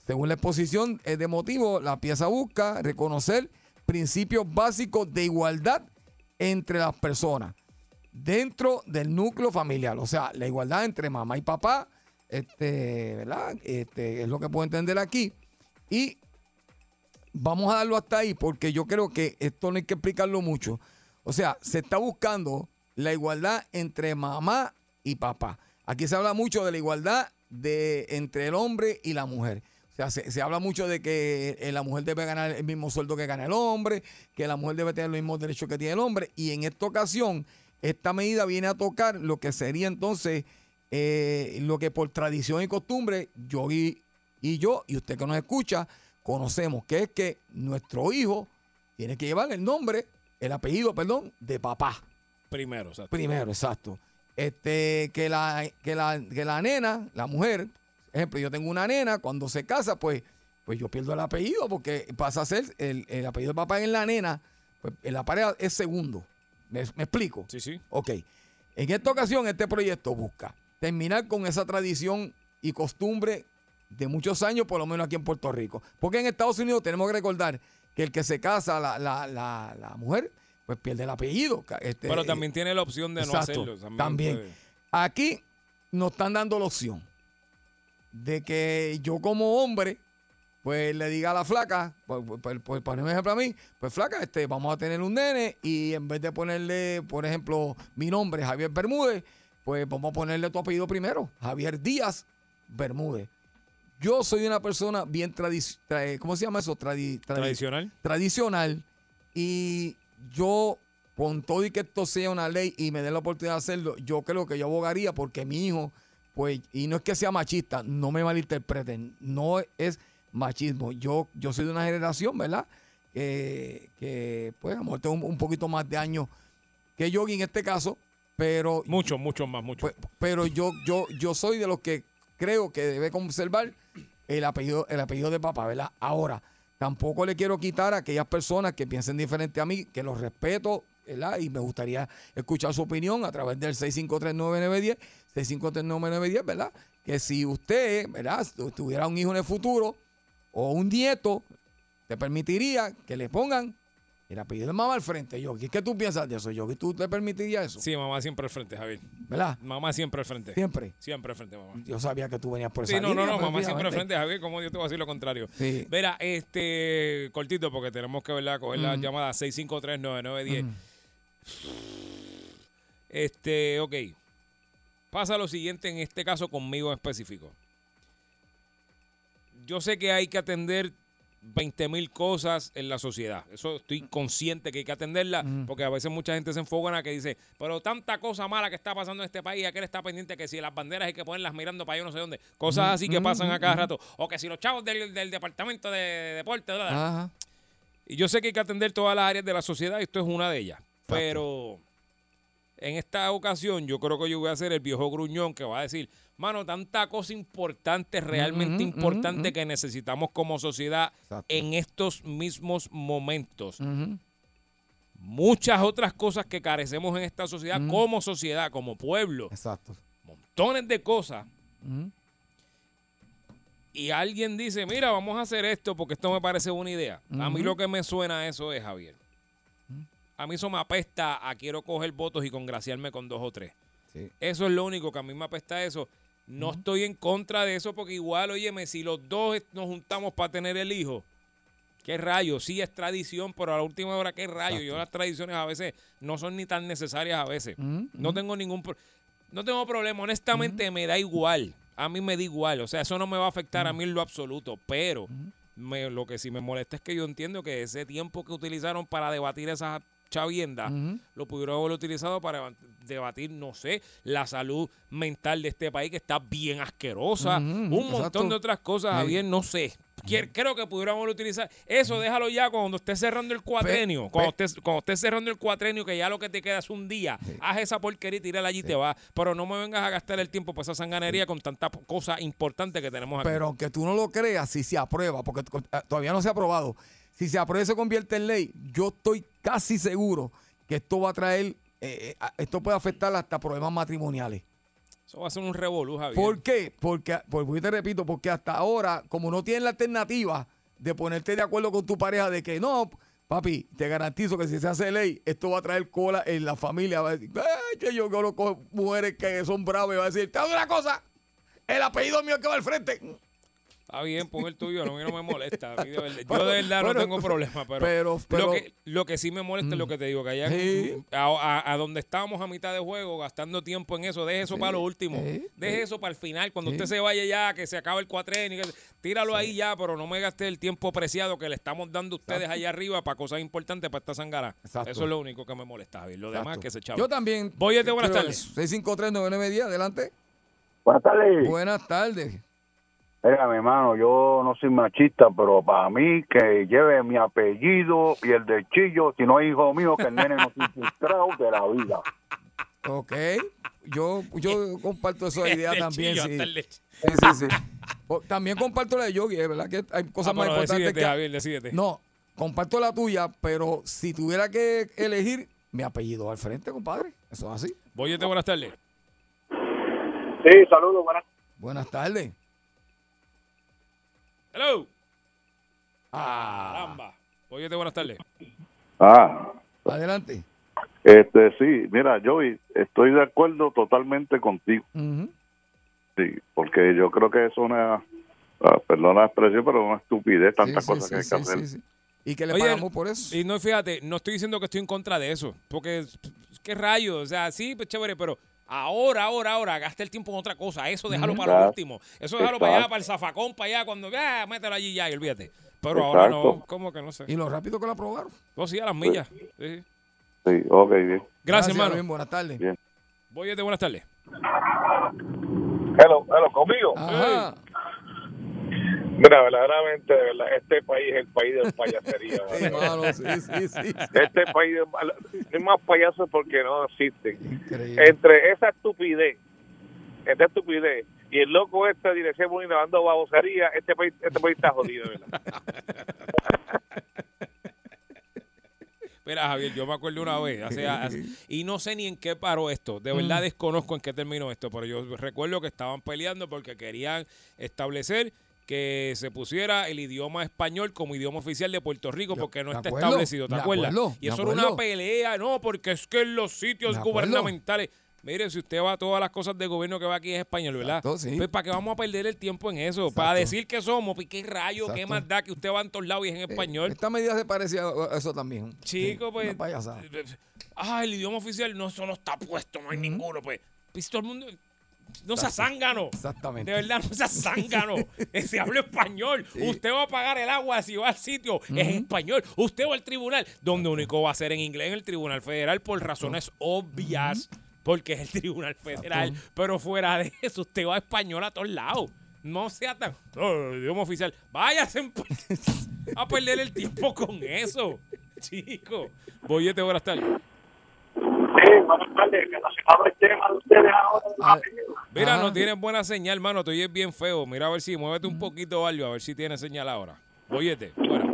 Speaker 3: Según la exposición eh, de motivo, la pieza busca reconocer principios básicos de igualdad entre las personas dentro del núcleo familiar. O sea, la igualdad entre mamá y papá, este, ¿verdad? Este, es lo que puedo entender aquí. Y vamos a darlo hasta ahí porque yo creo que esto no hay que explicarlo mucho. O sea, se está buscando la igualdad entre mamá y papá. Aquí se habla mucho de la igualdad de, entre el hombre y la mujer. O sea, se, se habla mucho de que eh, la mujer debe ganar el mismo sueldo que gana el hombre, que la mujer debe tener los mismos derechos que tiene el hombre. Y en esta ocasión, esta medida viene a tocar lo que sería entonces eh, lo que por tradición y costumbre yo y, y yo y usted que nos escucha conocemos, que es que nuestro hijo tiene que llevar el nombre, el apellido, perdón, de papá.
Speaker 5: Primero, exacto.
Speaker 3: Primero, exacto. Este, que la, que la, que la nena, la mujer, ejemplo, yo tengo una nena, cuando se casa, pues, pues yo pierdo el apellido porque pasa a ser el, el apellido de papá en la nena, pues en la pareja es segundo. ¿Me, me explico?
Speaker 5: Sí, sí.
Speaker 3: Ok. En esta ocasión, este proyecto busca terminar con esa tradición y costumbre de muchos años, por lo menos aquí en Puerto Rico. Porque en Estados Unidos tenemos que recordar que el que se casa, la, la, la, la mujer, pues pierde el apellido. Este,
Speaker 5: Pero también tiene la opción de no
Speaker 3: Exacto,
Speaker 5: hacerlo. pues,
Speaker 3: también.
Speaker 5: puede.
Speaker 3: Aquí nos están dando la opción de que yo como hombre, pues le diga a la flaca, pues, por, por- por- por poner un ejemplo a mí, pues flaca, este, vamos a tener un nene y en vez de ponerle, por ejemplo, mi nombre, Javier Bermúdez, pues vamos a ponerle tu apellido primero, Javier Díaz Bermúdez. Yo soy una persona bien tradicional, ¿cómo se llama eso? Tradi- tradi-
Speaker 5: Tradicional.
Speaker 3: Tradicional. Y yo, con todo y que esto sea una ley y me dé la oportunidad de hacerlo, yo creo que yo abogaría porque mi hijo, pues, y no es que sea machista, no me malinterpreten, no es machismo. Yo, yo soy de una generación, ¿verdad? Eh, que, pues, a lo mejor tengo un, un poquito más de años que yo en este caso, pero...
Speaker 5: Muchos, muchos más, muchos.
Speaker 3: Pues, pero yo, yo, yo soy de los que creo que debe conservar el apellido, el apellido de papá, ¿verdad? Ahora, tampoco le quiero quitar a aquellas personas que piensen diferente a mí, que los respeto, ¿verdad? Y me gustaría escuchar su opinión a través del 6539910, 6539910, ¿verdad? Que si usted, ¿verdad? Si tuviera un hijo en el futuro o un nieto, te permitiría que le pongan el apellido de mamá al frente, Yogi. ¿Qué tú piensas de eso, Yogi? ¿Tú te permitirías eso?
Speaker 5: Sí, mamá siempre al frente, Javier.
Speaker 3: ¿Verdad?
Speaker 5: Mamá siempre al frente.
Speaker 3: Siempre. Pues
Speaker 5: Siempre al frente, mamá.
Speaker 3: Yo sabía que tú venías por
Speaker 5: Sí,
Speaker 3: esa
Speaker 5: no, no,
Speaker 3: línea,
Speaker 5: no,
Speaker 3: pero
Speaker 5: mamá siempre al
Speaker 3: fíjate.
Speaker 5: frente, Javier, ¿cómo yo te voy a decir lo contrario?
Speaker 3: Sí.
Speaker 5: Verá, este, cortito, porque tenemos que, ¿verdad?, coger la
Speaker 3: Mm.
Speaker 5: llamada 6539910.
Speaker 3: Mm.
Speaker 5: Este, ok. Pasa lo siguiente en este caso conmigo en específico. Yo sé que hay que atender 20 mil cosas en la sociedad. Eso estoy
Speaker 3: Mm.
Speaker 5: consciente que hay que atenderla, porque a veces mucha gente se enfogana que dice, pero tanta cosa mala que está pasando en este país, aquel está pendiente que si las banderas hay que ponerlas mirando para yo no sé dónde. Cosas
Speaker 3: Ujú,
Speaker 5: así que pasan a
Speaker 3: ujú,
Speaker 5: cada
Speaker 3: ujú.
Speaker 5: rato. O que si los chavos del, del departamento de deporte, bla, bla, bla.
Speaker 3: Ajá.
Speaker 5: Y yo sé que hay que atender todas las áreas de la sociedad y esto es una de ellas. Pero en esta ocasión yo creo que yo voy a ser el viejo gruñón que va a decir, mano, tanta cosa importante, realmente
Speaker 3: Ujú, ujú,
Speaker 5: importante
Speaker 3: ujú.
Speaker 5: que necesitamos como sociedad en estos mismos momentos.
Speaker 3: Ujú.
Speaker 5: Muchas otras cosas que carecemos en esta sociedad como sociedad, como pueblo.
Speaker 3: Exacto.
Speaker 5: Montones de cosas.
Speaker 3: Ujú.
Speaker 5: Y alguien dice, mira, vamos a hacer esto porque esto me parece buena idea. A mí
Speaker 3: Ujú.
Speaker 5: lo que me suena a eso es, Javier. A mí eso me apesta a quiero coger votos y congraciarme con dos o tres.
Speaker 3: Sí.
Speaker 5: Eso es lo único que a mí me apesta a eso. No estoy en contra de eso porque igual, óyeme, si los dos est- nos juntamos para tener el hijo, qué rayo, sí es tradición, pero a la última hora, qué rayo. Yo las tradiciones a veces no son ni tan necesarias a veces.
Speaker 3: Ujú,
Speaker 5: No tengo ningún pro- no tengo problema, honestamente me da igual. A mí me da igual, o sea, eso no me va a afectar a mí en lo absoluto, pero me- lo que sí me molesta es que yo entiendo que ese tiempo que utilizaron para debatir esas chaviendas
Speaker 3: Ujú.
Speaker 5: lo pudieron haber utilizado para debatir, no sé, la salud mental de este país que está bien asquerosa,
Speaker 3: Ujú,
Speaker 5: un
Speaker 3: exacto.
Speaker 5: montón de otras cosas,
Speaker 3: Sí.
Speaker 5: Javier, no sé. Quier- Creo que pudieron haber utilizado. Eso déjalo ya cuando esté cerrando el cuatrenio.
Speaker 3: pe-
Speaker 5: cuando, esté, cuando esté cerrando el cuatrenio, que ya lo que te queda es un día. Haz esa porquería y tírala allí y te vas. Pero no me vengas a gastar el tiempo para esa sanganería con tanta po- cosa importante que tenemos aquí.
Speaker 3: Pero aunque tú no lo creas, si se aprueba, porque t- eh, todavía no se ha aprobado, si se aprueba y se convierte en ley, yo estoy casi seguro que esto va a traer, eh, eh, a- esto puede afectar hasta problemas matrimoniales.
Speaker 5: Eso va a ser un revolú, Javier.
Speaker 3: ¿Por qué? Porque, pues, voy y te repito, porque hasta ahora, como no tienes la alternativa de ponerte de acuerdo con tu pareja de que no, papi, te garantizo que si se hace ley, esto va a traer cola en la familia. Va a decir, "Ay, que yo, yo lo cojo mujeres que son bravas y va a decir, te hago una cosa, el apellido mío que va al frente.
Speaker 5: Está bien, pon el tuyo, no, a mí no me molesta. a mí de verdad- yo de verdad
Speaker 3: Bueno,
Speaker 5: no tengo
Speaker 3: tú-
Speaker 5: problema, pero,
Speaker 3: pero- pero- Mm.
Speaker 5: lo, que, lo que sí me molesta es lo que te digo, que allá
Speaker 3: Sí.
Speaker 5: a, a- a donde estábamos a mitad de juego, gastando tiempo en eso, deje eso para lo último, deje eso para el final, cuando
Speaker 3: Sí.
Speaker 5: usted se vaya ya, que se acabe el cuatrenio, que- tíralo ahí ya, pero no me gaste el tiempo preciado que le estamos dando a ustedes
Speaker 3: Exacto.
Speaker 5: allá arriba para cosas importantes, para esta sangara. Eso es lo único que me molesta, Javier. Lo demás
Speaker 3: Exacto.
Speaker 5: que se chavo.
Speaker 3: Yo también.
Speaker 5: Voy de buenas
Speaker 3: creo
Speaker 5: tardes.
Speaker 3: que es 653-9910, adelante.
Speaker 13: Buenas tardes.
Speaker 3: Buenas tardes.
Speaker 13: Mira, mi hermano, yo no soy machista, pero para mí que lleve mi apellido y el de Chillo, si no es hijo mío, que el nene no se frustrado de la vida.
Speaker 3: Ok. Yo, yo comparto esa idea
Speaker 13: El
Speaker 5: Este
Speaker 3: también.
Speaker 13: chillo
Speaker 3: Sí.
Speaker 13: hasta el
Speaker 5: leche.
Speaker 3: sí, sí, sí. O- También comparto la de Yogi, es verdad que hay cosas
Speaker 5: Ah,
Speaker 3: más
Speaker 5: pero
Speaker 3: importantes
Speaker 5: decídete,
Speaker 3: que.
Speaker 5: Javier, decídete.
Speaker 3: No, comparto la tuya, pero si tuviera que elegir mi apellido al frente, compadre. Eso es así.
Speaker 5: Voy de buenas tardes.
Speaker 14: Sí, saludos, buenas.
Speaker 3: Buenas tardes.
Speaker 5: Hello.
Speaker 3: Ah.
Speaker 5: Caramba. Oye, buenas tardes.
Speaker 15: Ah,
Speaker 3: Adelante.
Speaker 15: este sí, mira, Joey, estoy de acuerdo totalmente contigo,
Speaker 3: Ujú.
Speaker 15: sí, porque yo creo que es una, ah, perdón la expresión, pero una estupidez, tantas
Speaker 3: sí,
Speaker 15: cosas
Speaker 3: sí,
Speaker 15: que hay
Speaker 3: sí,
Speaker 15: que hacer.
Speaker 3: sí, sí. Y que le
Speaker 5: Oye,
Speaker 3: pagamos por eso.
Speaker 5: Y no, fíjate, no estoy diciendo que estoy en contra de eso, porque qué rayos, o sea, sí, pues chévere, pero ahora, ahora, ahora, gasta el tiempo en otra cosa, eso déjalo
Speaker 3: Ujú.
Speaker 5: para lo
Speaker 3: Claro.
Speaker 5: último, eso déjalo para allá,
Speaker 3: Exacto.
Speaker 5: para el zafacón, para allá, cuando, ah, mételo allí ya y olvídate. Pero ahora
Speaker 15: Exacto.
Speaker 5: no, como que no sé.
Speaker 3: Y lo rápido que lo aprobaron.
Speaker 5: No, sí, a las millas. Sí, sí.
Speaker 15: Sí, ok, bien.
Speaker 5: Gracias, hermano.
Speaker 3: Luis, buenas tardes.
Speaker 15: Bien.
Speaker 5: Voy de buenas tardes.
Speaker 14: Hello, hello, conmigo. Mira, verdaderamente, de verdad, este país es el país de la payasería.
Speaker 3: Sí,
Speaker 14: mano,
Speaker 3: sí, sí, sí.
Speaker 14: Este país de- es más payaso porque no existe.
Speaker 3: Increíble. Eh,
Speaker 14: Entre esa estupidez, esa estupidez y el loco este de dirección bonita dando babosería, este país, este país está jodido, de ¿verdad?
Speaker 5: Mira, Javier, yo me acuerdo una vez, hace- hace- y no sé ni en qué paró esto, de verdad
Speaker 3: Mm.
Speaker 5: desconozco en qué terminó esto, pero yo recuerdo que estaban peleando porque querían establecer que se pusiera el idioma español como idioma oficial de Puerto Rico porque no
Speaker 3: me
Speaker 5: está
Speaker 3: acuerdo,
Speaker 5: establecido, ¿te
Speaker 3: me
Speaker 5: acuerdas?
Speaker 3: acuerdo,
Speaker 5: y
Speaker 3: me
Speaker 5: eso era
Speaker 3: acuerdo.
Speaker 5: una pelea, no, porque es que en los sitios
Speaker 3: Me acuerdo.
Speaker 5: gubernamentales... Miren, si usted va a todas las cosas de gobierno que va aquí es español, ¿verdad?
Speaker 3: Exacto, sí.
Speaker 5: Pues, ¿Para qué vamos a perder el tiempo en eso? Para decir que somos, pues, ¿qué rayo? ¿Qué
Speaker 3: Exacto. Eh,
Speaker 5: más da que usted va en todos lados y es en español?
Speaker 3: Esta medida se parece a a eso también.
Speaker 5: Chico,
Speaker 3: Sí,
Speaker 5: pues.
Speaker 3: una payasada.
Speaker 5: eh, Ah, el idioma oficial no, eso no está puesto, no hay ninguno, pues. Pues todo el mundo. No se
Speaker 3: Exacto.
Speaker 5: zángano.
Speaker 3: Exactamente.
Speaker 5: De verdad, no se zángano. Eh, se habla español. Usted va a pagar el agua si va al sitio. Es en
Speaker 3: Ujú.
Speaker 5: español. Usted va al tribunal. Donde único va a ser en inglés en el tribunal federal por razones obvias. Porque es el tribunal federal. Pero fuera de eso, usted va a español a todos lados. No sea tan. No, el idioma oficial. Váyase en pa- a perder el tiempo con eso. Chico. este Boyete, buenas tardes.
Speaker 3: Ah,
Speaker 5: Mira, no tienes buena señal, mano. Tú oyes bien feo. Mira, a ver si muévete un poquito, algo a ver si tienes señal ahora. Óyete, fuera.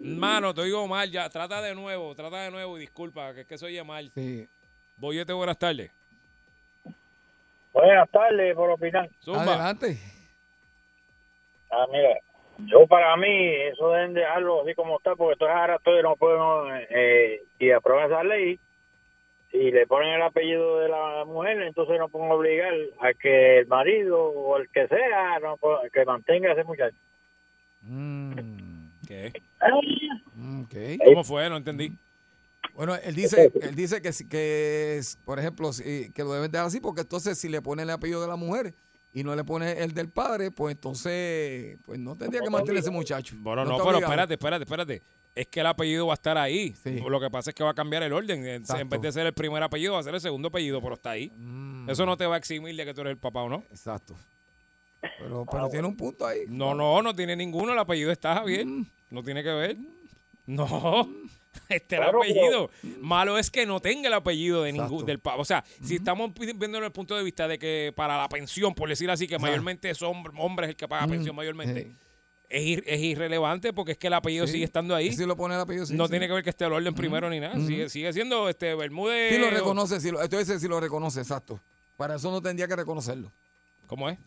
Speaker 5: Mano, te oigo mal ya. Trata de nuevo, trata de nuevo y disculpa, que es que se oye mal.
Speaker 3: Sí.
Speaker 5: Boyete, buenas tardes.
Speaker 14: Buenas tardes, por opinar.
Speaker 5: Zumba.
Speaker 3: Adelante.
Speaker 14: Ah, mira, yo para mí, eso deben dejarlo así como está, porque entonces ahora todos no podemos, eh, y aprueban esa ley, y le ponen el apellido de la mujer, entonces no pueden obligar a que el marido o el que sea, no po- que mantenga a ese muchacho.
Speaker 5: Mm. ¿Qué?
Speaker 3: Mm, Ok.
Speaker 5: ¿Cómo fue? No entendí.
Speaker 3: Bueno, él dice, él dice que, si- que es, por ejemplo, si- que lo deben dejar así, porque entonces si le pone el apellido de la mujer y no le pone el del padre, pues entonces pues no tendría que mantener ese muchacho.
Speaker 5: Bueno, no,
Speaker 3: está
Speaker 5: pero
Speaker 3: obligado.
Speaker 5: espérate, espérate, espérate. Es que el apellido va a estar ahí. Lo que pasa es que va a cambiar el orden. En- En vez de ser el primer apellido, va a ser el segundo apellido, pero está ahí. Eso no te va a eximir de que tú eres el papá o no.
Speaker 3: Exacto. Pero, pero tiene un punto ahí.
Speaker 5: No, no, no tiene ninguno. El apellido está Javier.
Speaker 3: Mm.
Speaker 5: No tiene que ver. No. Este era el
Speaker 3: Claro,
Speaker 5: apellido. Malo es que no tenga el apellido de ningún del papá. O sea, si estamos pi- viendo el punto de vista de que para la pensión, por decir así, que
Speaker 3: Ajá.
Speaker 5: mayormente es hombre, hombre es el que paga
Speaker 3: Mm,
Speaker 5: pensión mayormente. Es, ir- es irrelevante porque es que el apellido
Speaker 3: Sí.
Speaker 5: sigue estando ahí.
Speaker 3: Si lo pone el apellido, sí,
Speaker 5: no
Speaker 3: sí.
Speaker 5: tiene que ver que esté el orden primero ni nada.
Speaker 3: Ujú.
Speaker 5: sigue, sigue siendo este Bermúdez.
Speaker 3: Si lo
Speaker 5: o-
Speaker 3: reconoce, si lo, entonces si lo reconoce, exacto. Para eso no tendría que reconocerlo.
Speaker 5: ¿Cómo es?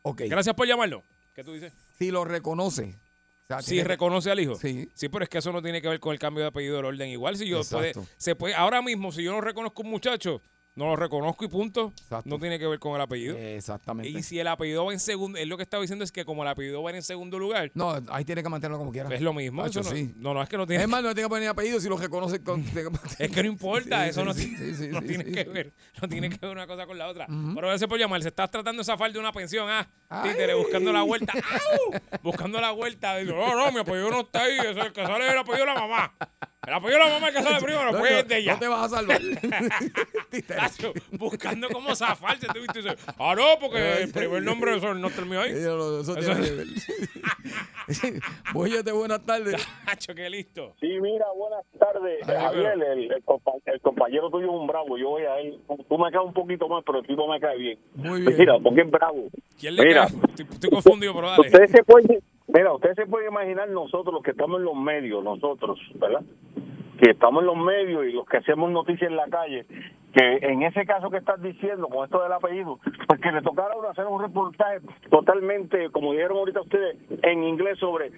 Speaker 3: Ok.
Speaker 5: Gracias por llamarlo. ¿Qué tú dices?
Speaker 3: Si lo reconoce. O sea,
Speaker 5: Si
Speaker 3: tiene que-
Speaker 5: reconoce al hijo.
Speaker 3: este Sí.
Speaker 5: pero es que eso no tiene que ver con el cambio de apellido del orden. Igual si yo puede,
Speaker 3: Exacto.
Speaker 5: se puede, ahora mismo, si yo no reconozco un muchacho, no lo reconozco y punto. No tiene que ver con el apellido.
Speaker 3: Exactamente.
Speaker 5: Y si el apellido va en segundo, él lo que estaba diciendo es que como el apellido va en segundo lugar,
Speaker 3: No, ahí tiene que mantenerlo como quiera.
Speaker 5: es lo mismo.
Speaker 3: Hacho,
Speaker 5: eso no,
Speaker 3: sí.
Speaker 5: no, no, es que no tiene
Speaker 3: Es más, no tiene que poner apellido si lo reconoce. Con, es
Speaker 5: que no importa, eso no tiene- no tiene que
Speaker 3: ver.
Speaker 5: ver. No tiene que ver una cosa con la otra.
Speaker 3: Ujú.
Speaker 5: Pero gracias por llamar. Se estás tratando de zafar de una pensión, ah.
Speaker 3: Ay.
Speaker 5: Títere, buscando la vuelta. ¡Au! Buscando la vuelta. Digo, no, no, mi apellido no está ahí. Eso es el que sale es el apellido de la mamá. El apellido de la mamá es el que sale primero.
Speaker 3: No,
Speaker 5: Pues
Speaker 3: no,
Speaker 5: es de ella.
Speaker 3: no te vas a salvar.
Speaker 5: Tacho, buscando cómo zafarse. Tú viste, dice, ah, no, porque el primer nombre de eso no terminó ahí.
Speaker 3: Eso
Speaker 5: ¿eh?
Speaker 3: tiene que ver. Bóyete, buenas tardes.
Speaker 5: Tacho, qué listo.
Speaker 16: Sí, mira, buenas tardes.
Speaker 3: Ay,
Speaker 16: Javier, el, el compa- el compañero tuyo es un bravo. Yo voy a él. Tú me caes un poquito más, pero el tipo me cae bien.
Speaker 3: Muy
Speaker 16: bien. Mira, porque es bravo.
Speaker 5: ¿Quién le
Speaker 16: mira,
Speaker 5: cae? Estoy, estoy confundido, pero dale.
Speaker 16: Ustedes se pueden, mira, ustedes se pueden imaginar nosotros, los que estamos en los medios, nosotros, ¿verdad? Que estamos en los medios y los que hacemos noticias en la calle, que en ese caso que estás diciendo, con esto del apellido, pues que le tocara a uno hacer un reportaje totalmente, como dijeron ahorita ustedes, en inglés sobre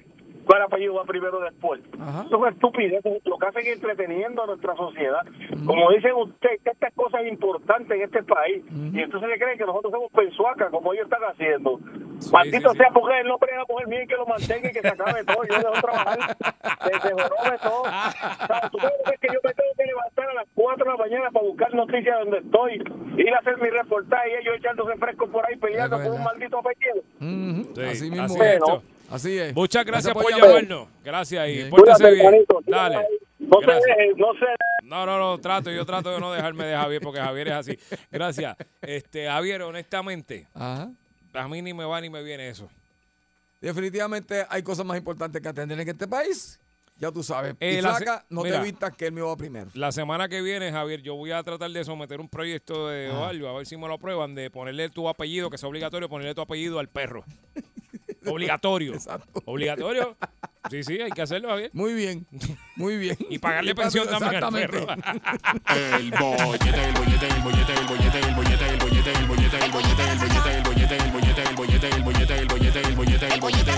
Speaker 16: cuál apellido va primero después. Eso es una estupidez, lo que hacen es entreteniendo a nuestra sociedad. Como dicen ustedes, que estas cosas importantes en este país, y entonces se creen que nosotros somos pensuacas, como ellos están haciendo. Maldito sea, porque él no crea a mujer mía y que lo mantenga y que se acabe todo. Yo dejo trabajar, que se jorobe todo. O sea, tú sabes lo que es que yo me tengo que levantar a las 4 de la mañana para buscar noticias donde estoy, ir a hacer mi reportaje y ellos echándose fresco por ahí peleando por un maldito apellido.
Speaker 3: Ujú,
Speaker 5: Sí,
Speaker 3: así mismo.
Speaker 5: así
Speaker 3: es.
Speaker 5: es esto.
Speaker 3: Así es.
Speaker 5: Muchas gracias por
Speaker 3: llamar.
Speaker 5: llamarnos. Gracias y pórtese
Speaker 3: Cuídate,
Speaker 5: bien.
Speaker 3: hermanito.
Speaker 5: Dale.
Speaker 3: No se
Speaker 5: Gracias.
Speaker 3: deje,
Speaker 16: no
Speaker 5: No, no, no, trato, yo trato de no dejarme de Javier porque Javier es así. Gracias. Este, Javier, honestamente,
Speaker 3: Ajá.
Speaker 5: a mí ni me va ni me viene eso.
Speaker 3: Definitivamente hay cosas más importantes que atender en este país. Ya tú sabes.
Speaker 5: Eh,
Speaker 3: y
Speaker 5: la se-
Speaker 3: flaca, no
Speaker 5: mira.
Speaker 3: te vistas que él me va primero.
Speaker 5: La semana que viene, Javier, yo voy a tratar de someter un proyecto de
Speaker 3: Ah.
Speaker 5: o algo, a ver si me lo aprueban, de ponerle tu apellido, que es obligatorio, ponerle tu apellido al perro. Obligatorio. Obligatorio. Sí, sí, hay que hacerlo, Javier.
Speaker 3: Muy bien, muy bien.
Speaker 5: Y pagarle
Speaker 3: Y
Speaker 5: pensión
Speaker 3: papi,
Speaker 5: también al perro.
Speaker 1: El bollete, el bollete, el bollete, el bollete, el bollete, el bollete, el bollete, el bollete, el bollete, el bollete, el bollete, el bollete, el bollete, el bollete, el bollete, el bollete.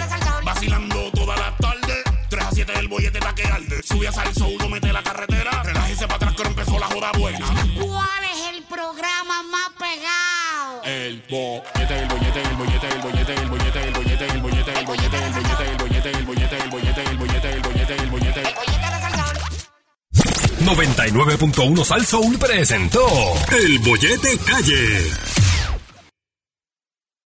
Speaker 1: Vacilando toda la tarde, 3 a 7 el bollete está que arde. Sube a salso, uno mete la carretera, relájese para atrás que ahora empezó la joda buena.
Speaker 9: ¿Cuál es el programa más pegado?
Speaker 1: El bollete, el bollete, el bollete, el bollete, el bollete, el bollete, el bollete, el bollete, el bollete, el bollete, el bollete, el bollete, el bollete, el bollete, el bollete.
Speaker 17: 99.1 Sal Soul presentó El Bollete Calle.